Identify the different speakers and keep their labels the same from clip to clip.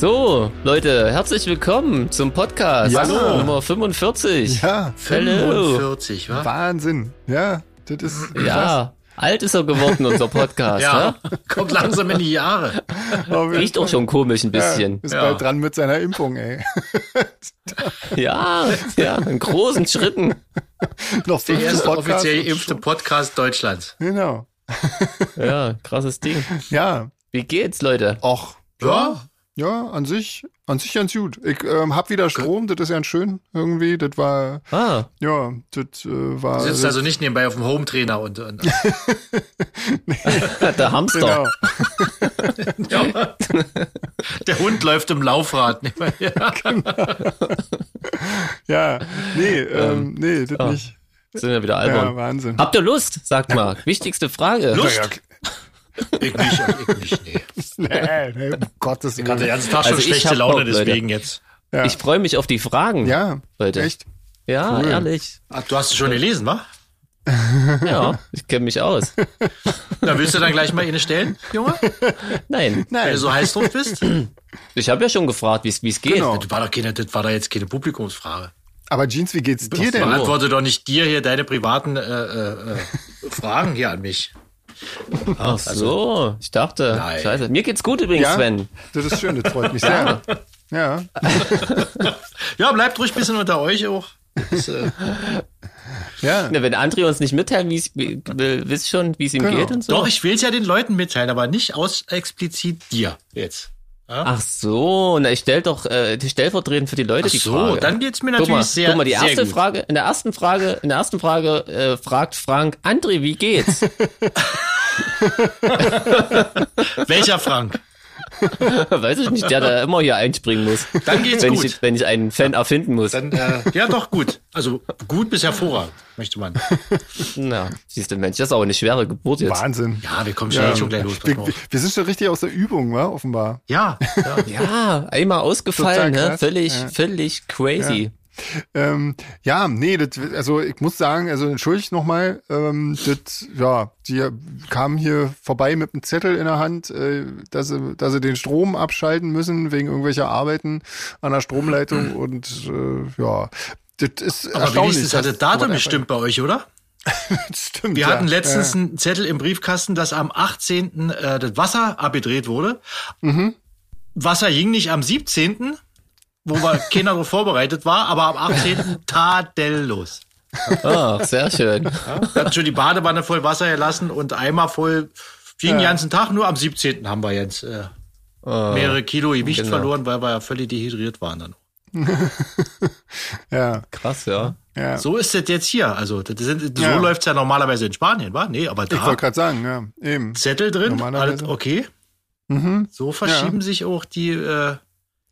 Speaker 1: So, Leute, herzlich willkommen zum Podcast
Speaker 2: Ja.
Speaker 1: Nummer 45.
Speaker 2: Ja,
Speaker 1: Hello.
Speaker 3: 45, wa?
Speaker 2: Wahnsinn. Ja, das ist
Speaker 1: Ja, alt ist er geworden, unser Podcast.
Speaker 3: Ja,
Speaker 1: ne?
Speaker 3: kommt langsam in die Jahre.
Speaker 2: krass.
Speaker 1: Riecht auch schon komisch ein bisschen.
Speaker 2: Ist
Speaker 3: Ja.
Speaker 2: bald dran mit seiner Impfung, ey.
Speaker 1: Ja, ja, in großen Schritten.
Speaker 2: Noch
Speaker 3: Der
Speaker 2: 50
Speaker 3: erste
Speaker 2: Podcasts
Speaker 3: offiziell
Speaker 2: und
Speaker 3: geimpfte
Speaker 2: schon-
Speaker 3: Podcast Deutschlands.
Speaker 2: Genau.
Speaker 1: Ja, krasses Ding.
Speaker 2: Ja,
Speaker 1: Wie geht's, Leute?
Speaker 2: auch.
Speaker 3: Ja,
Speaker 2: Ja, an sich, an sich ganz gut. Ich ähm, hab wieder Strom, das ist ganz schön irgendwie. Das war,
Speaker 1: Ah,
Speaker 2: ja, das äh, war.
Speaker 3: sitzt also nicht nebenbei auf dem Home-Trainer und, und
Speaker 1: der Hamster.
Speaker 2: genau.
Speaker 3: ja. der Hund läuft im Laufrad. Ja.
Speaker 2: Ja, nee, ähm, nee, das nicht.
Speaker 1: Sind wir wieder
Speaker 2: Ja,
Speaker 1: albern.
Speaker 2: Wahnsinn.
Speaker 1: Habt ihr Lust? Sagt mal. Wichtigste Frage.
Speaker 3: Lust?
Speaker 2: Ja, ja,
Speaker 3: Ich nicht, ich nicht, nee.
Speaker 2: nee, nee, um Gottes
Speaker 3: Ich hatte den
Speaker 2: Willen.
Speaker 3: ganzen Tag
Speaker 1: Also
Speaker 3: schon
Speaker 1: ich
Speaker 3: schlechte
Speaker 1: hab
Speaker 3: Laune,
Speaker 1: Bock, Leute.
Speaker 3: deswegen jetzt.
Speaker 2: Ja.
Speaker 1: Ich freue mich auf die Fragen.
Speaker 2: Ja,
Speaker 1: Leute.
Speaker 2: echt.
Speaker 1: Ja,
Speaker 2: Cool.
Speaker 1: ehrlich.
Speaker 3: Ach, du hast es schon gelesen, wa?
Speaker 1: Ja, ich kenne mich aus.
Speaker 3: Na, willst du dann gleich mal eine stellen, Junge? Genau.
Speaker 1: Nein,
Speaker 3: Wenn
Speaker 2: Nein,
Speaker 3: du so heiß drauf bist?
Speaker 1: ich habe ja schon gefragt, wie es geht.
Speaker 2: Genau.
Speaker 3: Das war doch, keine, das war doch jetzt keine Publikumsfrage.
Speaker 2: aber Jeans, wie geht's dir denn?
Speaker 3: Beantworte doch nicht dir hier deine privaten äh, äh, äh, Fragen hier an mich.
Speaker 1: Ach so, ich dachte.
Speaker 3: Nein.
Speaker 1: Scheiße. Mir geht's gut übrigens,
Speaker 2: Ja,
Speaker 1: Sven.
Speaker 2: das ist schön, das freut mich sehr. Ja,
Speaker 3: Ja, bleibt ruhig ein bisschen unter euch auch. Das, äh,
Speaker 2: ja.
Speaker 1: Na, wenn André uns nicht mitteilen, wie's- wie es wisst schon, wie es ihm
Speaker 2: Genau.
Speaker 1: geht und so.
Speaker 3: Doch, ich will es ja den Leuten mitteilen, aber nicht aus explizit dir jetzt.
Speaker 1: Ach so, na ich stell doch äh, die stellvertretend für die Leute die
Speaker 3: so,
Speaker 1: Frage.
Speaker 3: dann geht's mir
Speaker 1: guck
Speaker 3: natürlich
Speaker 1: mal,
Speaker 3: sehr,
Speaker 1: guck mal, die
Speaker 3: sehr
Speaker 1: erste
Speaker 3: gut.
Speaker 1: Frage, in der ersten Frage, in der ersten Frage äh, fragt Frank André, wie geht's?
Speaker 3: Welcher Frank?
Speaker 1: Weiß ich nicht, der da immer hier einspringen muss.
Speaker 3: Dann geht's
Speaker 1: wenn
Speaker 3: gut.
Speaker 1: ich wenn ich einen Fan erfinden muss.
Speaker 3: Dann, äh, ja, doch gut. Also gut bis hervorragend, möchte man.
Speaker 1: na, siehst du, Mensch, das ist aber eine schwere Geburt jetzt.
Speaker 2: Wahnsinn.
Speaker 3: Ja, wir kommen schnell schon gleich los. pass
Speaker 2: Wir,
Speaker 3: mal
Speaker 2: wir
Speaker 3: auf.
Speaker 2: wir sind schon richtig aus der Übung, wa? offenbar.
Speaker 3: Ja, ja.
Speaker 1: Ja, Ah, einmal ausgefallen,
Speaker 2: Total
Speaker 1: ne?
Speaker 2: krass.
Speaker 1: Völlig,
Speaker 2: Ja.
Speaker 1: völlig crazy.
Speaker 2: Ähm, ja, nee, das, also ich muss sagen, also entschuldigt nochmal, ähm, das, ja, die kamen hier vorbei mit einem Zettel in der Hand, äh, dass, sie, dass sie den Strom abschalten müssen wegen irgendwelcher Arbeiten an der Stromleitung und äh, ja, das ist
Speaker 3: Aber
Speaker 2: erstaunlich.
Speaker 3: wenigstens hat
Speaker 2: dass-
Speaker 3: das Datum
Speaker 2: aber-
Speaker 3: bestimmt bei euch, oder?
Speaker 2: Stimmt,
Speaker 3: Wir
Speaker 2: ja.
Speaker 3: hatten letztens
Speaker 2: äh.
Speaker 3: einen Zettel im Briefkasten, dass am 18. Äh, das Wasser abgedreht wurde.
Speaker 2: Mhm.
Speaker 3: Wasser ging nicht am 17., wo wir keiner darauf vorbereitet war, aber am 18. tadellos.
Speaker 1: Ach, sehr schön.
Speaker 3: Wir hatten schon die Badewanne voll Wasser gelassen und Eimer voll. Ging den ganzen Tag, nur am 17. haben wir jetzt äh,
Speaker 1: Ah,
Speaker 3: mehrere Kilo Gewicht
Speaker 2: Genau.
Speaker 3: verloren, weil wir ja völlig dehydriert waren dann.
Speaker 2: ja.
Speaker 1: Krass, ja.
Speaker 2: Ja.
Speaker 3: So ist das jetzt hier. Also, das sind, so
Speaker 2: Ja.
Speaker 3: läuft's ja normalerweise in Spanien, war? Nee, aber
Speaker 2: Ich
Speaker 3: da
Speaker 2: wollte gerade sagen, ja, eben.
Speaker 3: Zettel drin, alles
Speaker 2: Normalerweise.
Speaker 3: okay.
Speaker 2: Mhm.
Speaker 3: So verschieben sich auch die äh,
Speaker 2: Ja,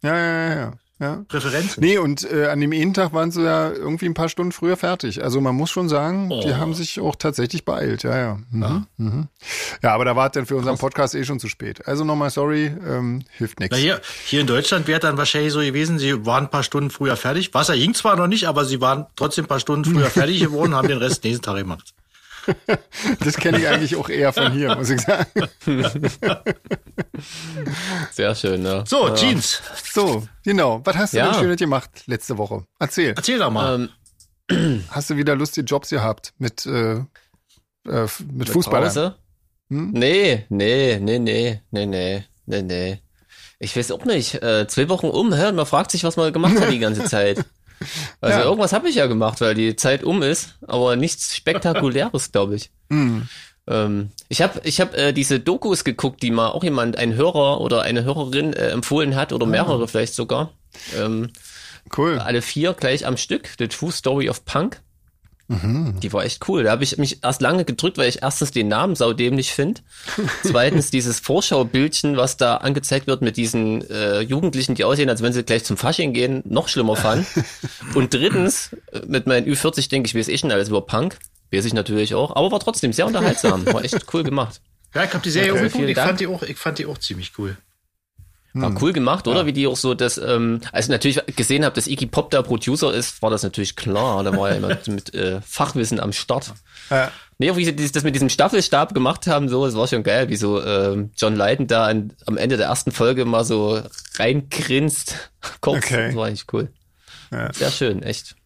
Speaker 2: ja, ja, ja. ja.
Speaker 3: Präferenzen.
Speaker 2: Nee, und äh, an dem einen Tag waren sie ja irgendwie ein paar Stunden früher fertig. Also man muss schon sagen, die
Speaker 3: Oh.
Speaker 2: haben sich auch tatsächlich beeilt. Ja, ja. Mhm. Ja. Mhm. ja, aber da war es dann für unseren Podcast eh schon zu spät. Also nochmal sorry, ähm, hilft
Speaker 3: Na
Speaker 2: nichts.
Speaker 3: hier, hier in Deutschland wäre dann wahrscheinlich so gewesen, sie waren ein paar Stunden früher fertig. Wasser ging zwar noch nicht, aber sie waren trotzdem ein paar Stunden früher fertig geworden, haben den Rest nächsten Tag gemacht.
Speaker 2: Das kenne ich eigentlich auch eher von hier, muss ich sagen.
Speaker 1: Sehr schön, ja.
Speaker 3: So, Jeans,
Speaker 2: So, genau. Was hast du
Speaker 1: Ja.
Speaker 2: denn Schönes gemacht letzte Woche? Erzähl.
Speaker 3: erzähl doch mal.
Speaker 1: Ähm,
Speaker 2: Hast du wieder lustige Jobs gehabt mit, äh, äh, f- mit Fußballern?
Speaker 1: Pause?
Speaker 2: Hm?
Speaker 1: Nee, nee, nee, nee, nee, nee, nee, nee. Ich weiß auch nicht. Äh, zwei Wochen um, hä? Und man fragt sich, was man gemacht hat die ganze Zeit. Also
Speaker 2: Ja.
Speaker 1: irgendwas habe ich ja gemacht, weil die Zeit um ist, aber nichts Spektakuläres, glaube ich.
Speaker 2: Hm.
Speaker 1: Ähm, ich habe ich hab, äh, diese Dokus geguckt, die mal auch jemand, ein Hörer oder eine Hörerin äh, empfohlen hat
Speaker 2: Ah.
Speaker 1: oder mehrere vielleicht sogar. Ähm,
Speaker 2: Cool.
Speaker 1: alle vier gleich am Stück, The True Story of Punk. Die war echt cool. Da habe ich mich erst lange gedrückt, weil ich erstens den Namen saudämlich finde. Zweitens dieses Vorschaubildchen, was da angezeigt wird mit diesen äh, Jugendlichen, die aussehen, als wenn sie gleich zum Fasching gehen, noch schlimmer fand. Und drittens, äh, mit meinen Ü40 denke ich, weiß ich schon alles über Punk. Weiß ich natürlich auch, aber war trotzdem sehr unterhaltsam. War echt cool gemacht.
Speaker 3: Ja, ich hab die Serie
Speaker 1: Okay.
Speaker 3: umgeguckt.
Speaker 1: Vielen
Speaker 3: Ich
Speaker 1: Dank.
Speaker 3: fand, die auch, ich fand die auch ziemlich cool.
Speaker 1: War Ah, cool gemacht, oder? Wie die auch so das, ähm, als ich natürlich gesehen habe, dass Iggy Pop der Producer ist, war das natürlich klar. Da war ja jemand mit äh, Fachwissen am Start.
Speaker 2: Ja.
Speaker 1: Nee, auch wie sie dieses- das mit diesem Staffelstab gemacht haben, so, das war schon geil, wie so ähm, John Lydon da an, am Ende der ersten Folge mal so reingrinst. Kurz,
Speaker 2: Okay.
Speaker 1: das war eigentlich cool.
Speaker 2: Ja.
Speaker 1: Sehr schön, echt.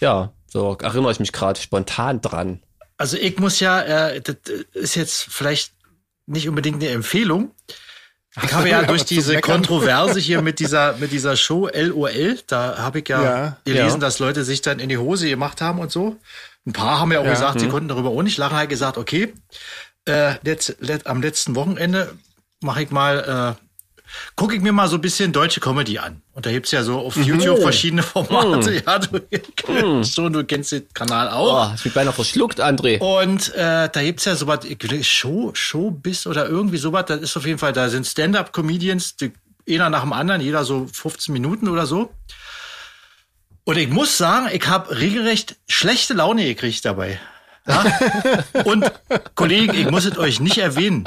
Speaker 1: Ja, so erinnere ich mich gerade spontan dran.
Speaker 3: Also ich muss ja, äh, das ist jetzt vielleicht nicht unbedingt eine Empfehlung. Ich habe ja
Speaker 2: ja,
Speaker 3: durch
Speaker 2: zum
Speaker 3: diese
Speaker 2: Meckern.
Speaker 3: Kontroverse hier mit dieser, mit dieser Show LOL, da habe ich ja,
Speaker 2: Ja.
Speaker 3: gelesen,
Speaker 1: Ja.
Speaker 3: dass Leute sich dann in die Hose gemacht haben und so. Ein paar haben ja auch
Speaker 2: Ja. Mhm.
Speaker 3: gesagt, sie konnten darüber auch nicht lachen, halt gesagt, okay, äh, letz, let, am letzten Wochenende mache ich mal, äh, gucke ich mir mal so ein bisschen deutsche Comedy an. Und da gibt's ja so
Speaker 2: Mhm.
Speaker 3: auf YouTube verschiedene Formate. Ja, du, schon, du kennst den Kanal auch.
Speaker 1: Oh, ich bin beinahe verschluckt, André.
Speaker 3: Und äh, da gibt's ja sowas, ich will- Show, Showbiz oder irgendwie sowas, das ist auf jeden Fall, da sind Stand-Up-Comedians, die- einer nach dem anderen, jeder so 15 Minuten oder so. Und ich muss sagen, ich habe regelrecht schlechte Laune gekriegt dabei. Ja? Und Kollegen, ich muss es euch nicht erwähnen,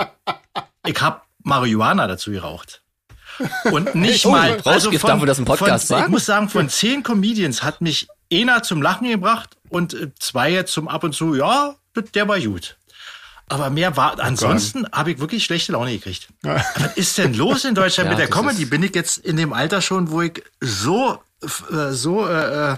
Speaker 3: ich habe Marihuana dazu geraucht. Und nicht
Speaker 1: Oh,
Speaker 3: mal. also
Speaker 1: brauchst du- darf man das im Podcast
Speaker 3: von,
Speaker 1: sagen?
Speaker 3: Ich muss sagen, von zehn Comedians hat mich einer zum Lachen gebracht und äh, zwei jetzt zum ab und zu, ja, das- der war gut. Aber mehr
Speaker 1: Oh
Speaker 3: war, ansonsten habe ich wirklich schlechte Laune gekriegt. Was ist denn los in Deutschland
Speaker 1: Ja,
Speaker 3: mit der
Speaker 1: das
Speaker 3: Comedy?
Speaker 1: ist-
Speaker 3: Bin ich jetzt in dem Alter schon, wo ich so, f- äh, so, äh, äh,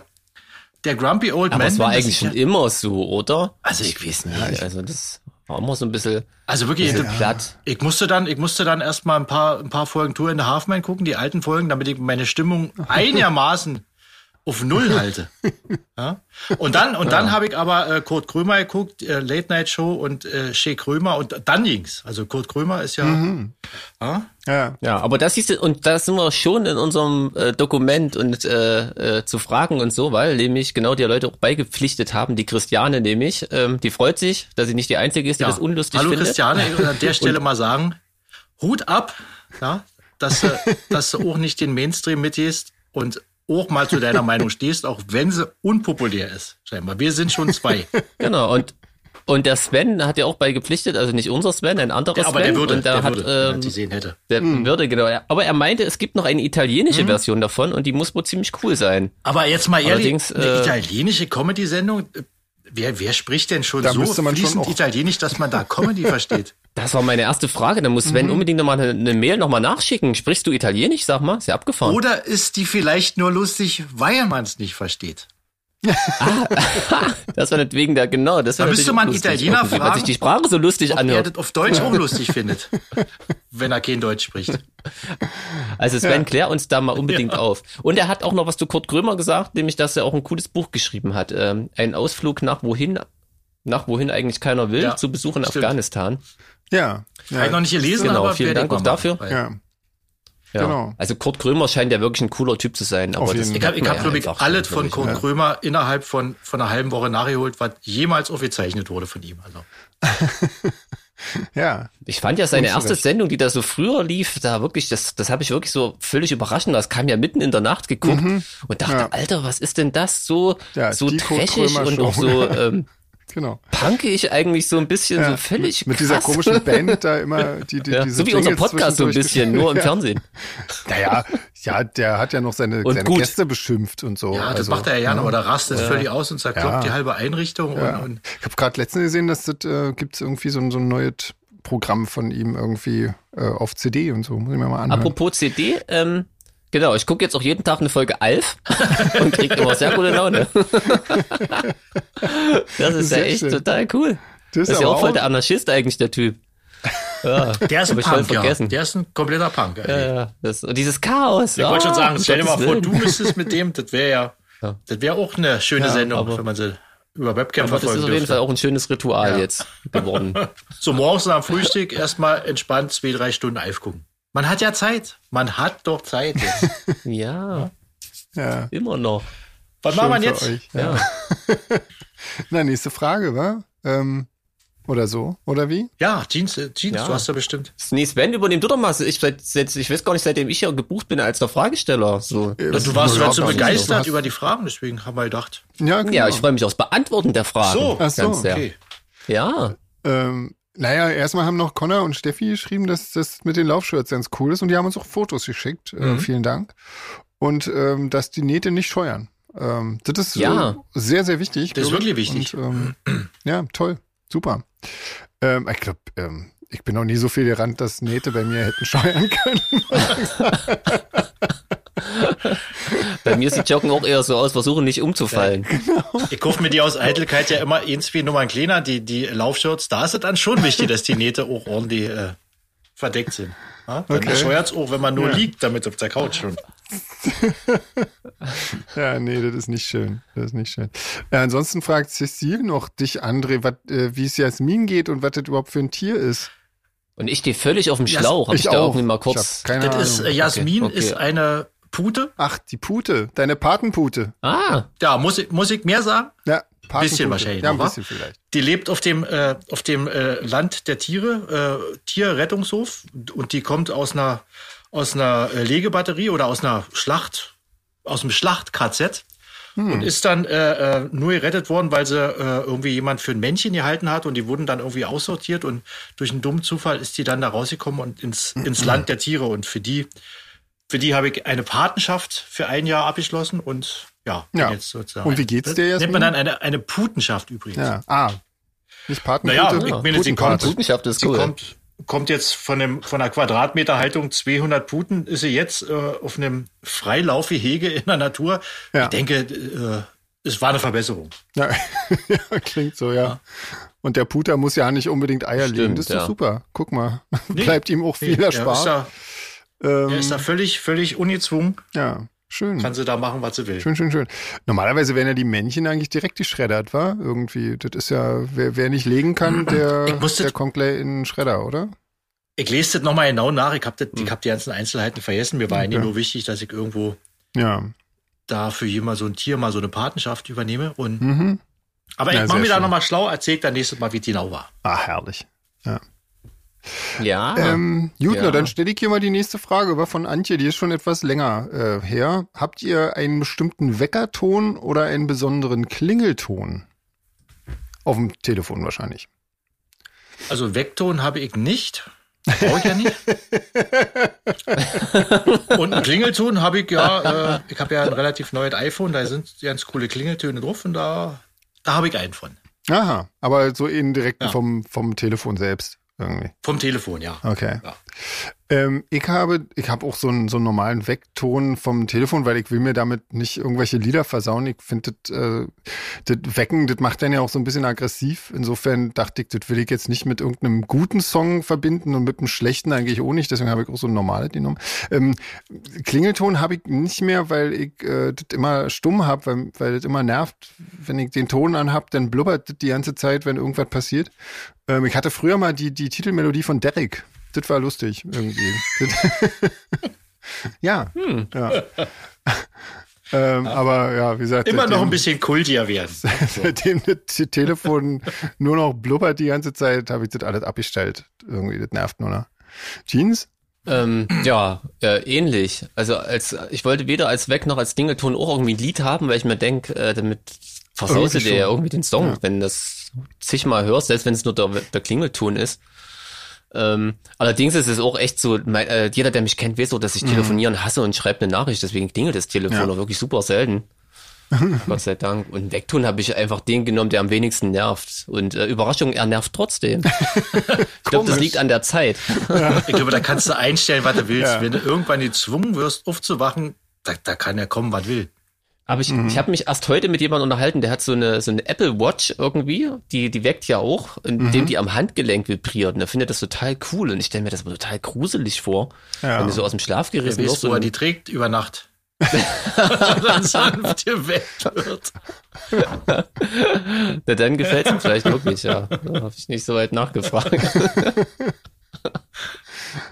Speaker 3: der Grumpy Old
Speaker 1: Aber
Speaker 3: Man
Speaker 1: es war
Speaker 3: bin, dass
Speaker 1: eigentlich
Speaker 3: ich
Speaker 1: schon
Speaker 3: ja-
Speaker 1: immer so, oder?
Speaker 3: Also ich weiß nicht.
Speaker 1: Also das war immer so ein bisschen
Speaker 3: Also wirklich,
Speaker 1: bisschen
Speaker 3: das-
Speaker 1: platt.
Speaker 3: Ich musste dann, ich musste dann erstmal ein paar, ein paar Folgen Tour in der Halfman gucken, die alten Folgen, damit ich meine Stimmung einigermaßen auf Null halte. Ja? Und dann, und dann habe ich aber äh, Kurt Krömer geguckt, äh, Late Night Show und äh, Shea Krömer und dann ging's. Also Kurt Krömer ist ja, ja?
Speaker 2: Ja.
Speaker 1: Ja, aber das siehst du, und da sind wir schon in unserem äh, Dokument und äh, äh, zu fragen und so, weil nämlich genau die Leute auch beigepflichtet haben, die Christiane nämlich, ähm, die freut sich, dass sie nicht die Einzige ist, die
Speaker 3: ja.
Speaker 1: das unlustig
Speaker 3: Hallo
Speaker 1: findet.
Speaker 3: Christiane, ich will an der Stelle mal sagen, Hut ab, ja, dass, du- dass du auch nicht den Mainstream mitgehst und auch mal zu deiner Meinung stehst, auch wenn sie unpopulär ist. Scheinbar. Wir sind schon zwei.
Speaker 1: Genau, und und der Sven hat ja auch beigepflichtet, also nicht unser Sven, ein anderer
Speaker 3: aber
Speaker 1: Sven.
Speaker 3: der würde,
Speaker 1: und da
Speaker 3: der
Speaker 1: hat,
Speaker 3: würde, wenn er
Speaker 1: ähm,
Speaker 3: sie sehen Hm. hätte.
Speaker 1: der würde, genau. ja. Aber er meinte, es gibt noch eine italienische
Speaker 3: Mhm.
Speaker 1: Version davon und die muss wohl ziemlich cool sein.
Speaker 3: Aber jetzt mal ehrlich,
Speaker 1: Allerdings,
Speaker 3: eine
Speaker 1: äh,
Speaker 3: italienische Comedy-Sendung, äh, wer, wer spricht denn schon
Speaker 2: Da
Speaker 3: so
Speaker 2: müsste man schon
Speaker 3: fließend
Speaker 2: auch-
Speaker 3: Italienisch, dass man da Comedy versteht?
Speaker 1: Das war meine erste Frage. Da muss Sven
Speaker 3: Mhm.
Speaker 1: unbedingt nochmal eine, eine Mail nochmal nachschicken. Sprichst du Italienisch? Sag mal, ist ja abgefahren.
Speaker 3: Oder ist die vielleicht nur lustig, weil man es nicht versteht?
Speaker 1: Das war nicht wegen der, genau. Das war
Speaker 3: Da müsste
Speaker 1: natürlich
Speaker 3: man
Speaker 1: lustig,
Speaker 3: Italiener
Speaker 1: irgendwie, Weil
Speaker 3: fragen,
Speaker 1: sich die Sprache so lustig
Speaker 3: Ob er
Speaker 1: anhört.
Speaker 3: das auf Deutsch auch lustig findet, wenn er kein Deutsch spricht.
Speaker 1: Also Sven, klär uns da mal unbedingt auf. Und er hat auch noch was zu Kurt Krömer gesagt, nämlich, dass er auch ein cooles Buch geschrieben hat. Ähm, ein Ausflug nach wohin, nach wohin eigentlich keiner will,
Speaker 3: Ja,
Speaker 1: zu Besuch in
Speaker 3: stimmt.
Speaker 1: Afghanistan.
Speaker 2: Ja.
Speaker 3: Habe ich noch
Speaker 2: Ja.
Speaker 3: nicht gelesen,
Speaker 1: Genau,
Speaker 3: aber
Speaker 1: vielen
Speaker 3: werde ich
Speaker 1: Dank
Speaker 3: mal
Speaker 1: auch
Speaker 3: machen,
Speaker 1: dafür.
Speaker 3: weil-
Speaker 2: ja.
Speaker 1: Ja.
Speaker 2: Genau.
Speaker 1: Also Kurt Krömer scheint ja wirklich ein cooler Typ zu sein. Aber
Speaker 2: Auf
Speaker 1: das
Speaker 2: jeden
Speaker 3: Ich habe, ich hab,
Speaker 1: Ja,
Speaker 3: glaube ich,
Speaker 1: einfach
Speaker 3: alles
Speaker 1: so,
Speaker 3: von
Speaker 1: glaub
Speaker 3: Kurt Krömer innerhalb von, von einer halben Woche nachgeholt, was jemals aufgezeichnet wurde von ihm. Also.
Speaker 2: Ja.
Speaker 1: Ich fand ja seine
Speaker 2: Kommst du
Speaker 1: erste
Speaker 2: recht.
Speaker 1: Sendung, die da so früher lief, da wirklich, das, das habe ich wirklich so völlig überraschend. Das kam ja mitten in der Nacht geguckt und dachte,
Speaker 2: Mhm. Ja.
Speaker 1: Alter, was ist denn das so,
Speaker 2: Ja,
Speaker 1: so
Speaker 2: die Kurt
Speaker 1: trashig
Speaker 2: Krömer
Speaker 1: und auch
Speaker 2: Show.
Speaker 1: so ähm,
Speaker 2: Genau.
Speaker 1: punkig eigentlich so ein bisschen, so
Speaker 2: Ja.
Speaker 1: völlig
Speaker 2: Mit
Speaker 1: krass.
Speaker 2: dieser komischen Band da immer, die, die
Speaker 1: ja,
Speaker 2: diese
Speaker 1: so wie unser
Speaker 2: Jingles
Speaker 1: Podcast so ein
Speaker 2: zwischendurch
Speaker 1: bisschen, nur im
Speaker 2: gespielt.
Speaker 1: Fernsehen.
Speaker 2: Naja, ja, der hat ja noch seine,
Speaker 1: Und
Speaker 2: seine
Speaker 1: gut.
Speaker 2: Gäste beschimpft und so.
Speaker 3: Ja, das
Speaker 2: Also,
Speaker 3: macht er ja gerne, oder rastet völlig aus und zerkloppt
Speaker 2: Ja.
Speaker 3: die halbe Einrichtung. Und, und
Speaker 2: Ich habe gerade letztens gesehen, dass das äh, gibt es irgendwie so, ein- so ein neues Programm von ihm irgendwie äh, auf CD und so. Muss ich mir mal anhören.
Speaker 1: Apropos CD, ähm, genau, ich gucke jetzt auch jeden Tag eine Folge Alf und kriege immer sehr gute Laune. das ist ja
Speaker 2: Sehr
Speaker 1: echt
Speaker 2: schön.
Speaker 1: total cool.
Speaker 2: Das
Speaker 1: Das
Speaker 2: ist
Speaker 1: ist ja
Speaker 2: aber
Speaker 1: auch voll
Speaker 2: auch-
Speaker 1: der Anarchist eigentlich, der Typ. Ja,
Speaker 3: der ist ein
Speaker 1: Hab ich voll
Speaker 3: Punk, ja.
Speaker 1: vergessen.
Speaker 3: Der ist ein kompletter Punk. ey.
Speaker 1: Ja, ja, das, und dieses Chaos.
Speaker 3: Ich
Speaker 1: ja,
Speaker 3: wollte schon sagen,
Speaker 1: um
Speaker 3: stell dir mal
Speaker 1: Gottes
Speaker 3: vor,
Speaker 1: Willen.
Speaker 3: du müsstest mit dem, das wäre ja,
Speaker 1: Ja.
Speaker 3: das wäre auch eine schöne Sendung,
Speaker 1: aber-
Speaker 3: wenn man sie über Webcam
Speaker 1: Aber das
Speaker 3: verfolgen
Speaker 1: ist auf jeden
Speaker 3: dürfte.
Speaker 1: Fall auch ein schönes Ritual
Speaker 3: Ja.
Speaker 1: jetzt geworden.
Speaker 3: So morgens nach dem Frühstück erstmal entspannt zwei, drei Stunden Alf gucken. Man hat ja Zeit. Man hat doch Zeit. Jetzt.
Speaker 1: Ja,
Speaker 2: ja,
Speaker 1: immer noch.
Speaker 3: Was
Speaker 2: schön
Speaker 3: machen wir
Speaker 2: für
Speaker 3: jetzt?
Speaker 2: euch.
Speaker 1: Ja.
Speaker 2: Na, nächste Frage, wa? Ähm, oder so, oder wie?
Speaker 3: Ja, Jeans, äh, Jeans,
Speaker 1: Ja.
Speaker 3: du hast ja bestimmt.
Speaker 1: Nee, Sven, übernimm du doch mal. Ich, seit, seit, ich weiß gar nicht, seitdem ich ja gebucht bin als der Fragesteller. So.
Speaker 2: Das
Speaker 3: Du warst
Speaker 2: ja,
Speaker 3: ja so
Speaker 2: das ist
Speaker 3: begeistert
Speaker 2: so.
Speaker 3: über die Fragen, deswegen haben wir gedacht.
Speaker 2: Ja, genau.
Speaker 1: Ja, ich freue mich aufs Beantworten der Fragen.
Speaker 3: So.
Speaker 2: Ach so,
Speaker 1: Ganz sehr.
Speaker 3: Okay.
Speaker 1: Ja,
Speaker 2: ähm, Naja, erstmal haben noch Connor und Steffi geschrieben, dass das mit den Laufshirts ganz cool ist und die haben uns auch Fotos geschickt. Äh, vielen Dank. Und ähm, dass die Nähte nicht scheuern. Ähm, das ist
Speaker 1: Ja.
Speaker 2: äh, sehr, sehr wichtig.
Speaker 3: Das ist
Speaker 2: glaub ich.
Speaker 3: wirklich wichtig.
Speaker 2: Und, ähm, ja, toll. Super. Ähm, ich glaube, ähm, ich bin noch nie so viel gerannt, dass Nähte bei mir hätten scheuern können.
Speaker 1: Bei mir sieht Joggen auch eher so aus, versuche nicht umzufallen.
Speaker 3: Ich kaufe mir die aus Eitelkeit ja immer irgendwie Nummern kleiner, die, die Laufshirts. Da ist es dann schon wichtig, dass die Nähte auch ordentlich äh, verdeckt sind. Ja? Dann
Speaker 2: Okay.
Speaker 3: scheuert's auch, wenn man nur liegt, damit auf der Couch schon.
Speaker 2: Ja, nee, das ist nicht schön. Das ist nicht schön. Äh, ansonsten fragt Cecile noch dich, André, wat, äh, wie es Jasmin geht und was das überhaupt für ein Tier ist.
Speaker 1: Und ich stehe völlig auf dem
Speaker 3: Ja,
Speaker 1: Schlauch. Hab ich, da irgendwie mal
Speaker 2: Ich
Speaker 1: kurz.
Speaker 2: hab keine Ahnung.
Speaker 3: Das ist, äh, Jasmin
Speaker 1: Okay, okay.
Speaker 3: ist eine Pute.
Speaker 2: Ach, die Pute, deine Patenpute.
Speaker 1: Ah,
Speaker 3: Ja, muss ich, muss ich mehr sagen?
Speaker 2: Ja, Patenpute.
Speaker 3: Bisschen wahrscheinlich
Speaker 2: Ja, ein
Speaker 3: noch, wa?
Speaker 2: bisschen vielleicht.
Speaker 3: Die lebt auf dem, äh, auf dem äh, Land der Tiere, äh, Tierrettungshof. Und die kommt aus einer, aus einer äh, Legebatterie oder aus einer Schlacht, aus einem Schlacht-KZ.
Speaker 2: Hm.
Speaker 3: Und ist dann äh, äh, nur gerettet worden, weil sie äh, irgendwie jemand für ein Männchen gehalten hat. Und die wurden dann irgendwie aussortiert. Und durch einen dummen Zufall ist die dann da rausgekommen und ins,
Speaker 2: Hm,
Speaker 3: ins Land der Tiere. Und für die, für die habe ich eine Patenschaft für ein Jahr abgeschlossen. Und ja, bin
Speaker 2: Ja.
Speaker 3: jetzt sozusagen.
Speaker 2: Und wie geht's dir,
Speaker 3: Nennt
Speaker 2: Jasmin?
Speaker 3: man dann eine, eine Putenschaft übrigens.
Speaker 2: Ja. Ah. Nicht Patenpute.
Speaker 3: Naja, ich meine, sie
Speaker 2: Putenpate.
Speaker 3: kommt-
Speaker 1: Gutenschaft ist
Speaker 3: Sie
Speaker 1: cool.
Speaker 3: kommt, kommt jetzt von, dem, von einer Quadratmeterhaltung 200 Puten, ist sie jetzt äh, auf einem Freilaufgehege in der Natur.
Speaker 2: Ja.
Speaker 3: Ich denke, äh, es war eine Verbesserung.
Speaker 2: Ja, ja, klingt so, ja. Und der Puter muss ja nicht unbedingt Eier legen.
Speaker 1: Stimmt,
Speaker 2: Das ist doch
Speaker 1: ja.
Speaker 2: super. Guck mal. Bleibt ihm auch viel
Speaker 3: er,
Speaker 2: erspart.
Speaker 3: ist da, er
Speaker 2: ähm,
Speaker 3: ist da völlig, völlig ungezwungen,
Speaker 2: ja, schön.
Speaker 3: kann sie da machen, was sie will.
Speaker 2: Schön, schön, schön. Normalerweise werden ja die Männchen eigentlich direkt geschreddert, war? Irgendwie. Das ist ja, wer, wer nicht legen kann, der,
Speaker 3: Ich musste-
Speaker 2: der kommt gleich in den Schredder, oder?
Speaker 3: Ich lese das nochmal genau nach. Ich habe
Speaker 2: Hm.
Speaker 3: hab die ganzen Einzelheiten vergessen. Mir war eigentlich nur wichtig, dass ich irgendwo
Speaker 2: Ja.
Speaker 3: da für jemand so ein Tier mal so eine Patenschaft übernehme. Und,
Speaker 2: Mhm.
Speaker 3: aber ich
Speaker 2: Ja,
Speaker 3: mache
Speaker 2: sehr
Speaker 3: mir da
Speaker 2: schön.
Speaker 3: nochmal schlau, erzähle dann nächstes Mal, wie die genau war.
Speaker 2: Ah, herrlich.
Speaker 1: Ja.
Speaker 2: Ähm,
Speaker 1: Ah.
Speaker 2: gut,
Speaker 1: Ja.
Speaker 2: na, dann stelle ich hier mal die nächste Frage über von Antje, die ist schon etwas länger äh, her. Habt ihr einen bestimmten Weckerton oder einen besonderen Klingelton? Auf dem Telefon wahrscheinlich.
Speaker 3: Also Vektoren habe ich nicht. Brauche ich ja nicht. und einen Klingelton habe ich ja, äh, ich habe ja ein relativ neues iPhone, da sind ganz coole Klingeltöne drauf und da, da habe ich einen von.
Speaker 2: Aha, aber so eben direkt
Speaker 3: Ja.
Speaker 2: vom, vom Telefon selbst irgendwie.
Speaker 3: Vom Telefon, ja.
Speaker 2: Okay.
Speaker 3: Ja.
Speaker 2: Ähm, ich habe, ich habe auch so einen, so einen normalen Weckton vom Telefon, weil ich will mir damit nicht irgendwelche Lieder versauen. Ich finde, das, äh, das Wecken, das macht dann ja auch so ein bisschen aggressiv. Insofern dachte ich, das will ich jetzt nicht mit irgendeinem guten Song verbinden und mit einem schlechten eigentlich auch nicht. Deswegen habe ich auch so ein normales genommen. Ähm, Klingelton habe ich nicht mehr, weil ich äh, das immer stumm habe, weil, weil das immer nervt. Wenn ich den Ton anhab, dann blubbert das die ganze Zeit, wenn irgendwas passiert. Ähm, ich hatte früher mal die, die Titelmelodie von Derek. Das war lustig irgendwie. Das- ja.
Speaker 3: Hm.
Speaker 2: ja. ähm, Aber ja, wie gesagt.
Speaker 3: Immer noch
Speaker 2: seitdem-
Speaker 3: ein bisschen kultier werden.
Speaker 2: Seitdem das T- Telefon nur noch blubbert die ganze Zeit, habe ich das alles abgestellt. Irgendwie, das nervt nur noch. Jeans?
Speaker 1: Ähm, ja, äh, ähnlich. Also als ich wollte weder als Weg noch als Dingleton auch irgendwie ein Lied haben, weil ich mir denk, äh, damit versauste
Speaker 2: Irgendwie
Speaker 1: der ja
Speaker 2: schon.
Speaker 1: irgendwie den Song,
Speaker 2: Ja.
Speaker 1: wenn das zigmal hörst, selbst wenn es nur der, der Klingelton ist. Ähm, allerdings ist es auch echt so, mein, äh, jeder, der mich kennt, weiß so, dass ich telefonieren hasse und schreibt eine Nachricht, deswegen klingelt das Telefon
Speaker 2: Mhm. Ja.
Speaker 1: auch wirklich super selten. Gott sei Dank. Und Wegton habe ich einfach den genommen, der am wenigsten nervt. Und äh, Überraschung, er nervt trotzdem. ich glaube, das
Speaker 2: Komisch.
Speaker 1: liegt an der Zeit.
Speaker 3: Ich glaube, da kannst du einstellen, was du willst.
Speaker 2: Ja.
Speaker 3: Wenn du irgendwann gezwungen wirst, aufzuwachen, da, da kann er kommen, was will.
Speaker 1: Aber ich,
Speaker 2: Mhm.
Speaker 1: ich habe mich erst heute mit jemandem unterhalten, der hat so eine, so eine Apple Watch irgendwie, die, die weckt ja auch,
Speaker 2: Mhm.
Speaker 1: indem die am Handgelenk vibriert. Und er findet das total cool. Und ich stelle mir das mal total gruselig vor,
Speaker 2: Ja.
Speaker 1: wenn du so aus dem Schlaf
Speaker 3: Er
Speaker 1: gerissen wirst.
Speaker 3: weiß, wo er
Speaker 1: und-
Speaker 3: die trägt über Nacht. Und dann sanft geweckt wird.
Speaker 1: Na, dann gefällt es ihm vielleicht wirklich, ja. Da habe ich nicht so weit nachgefragt.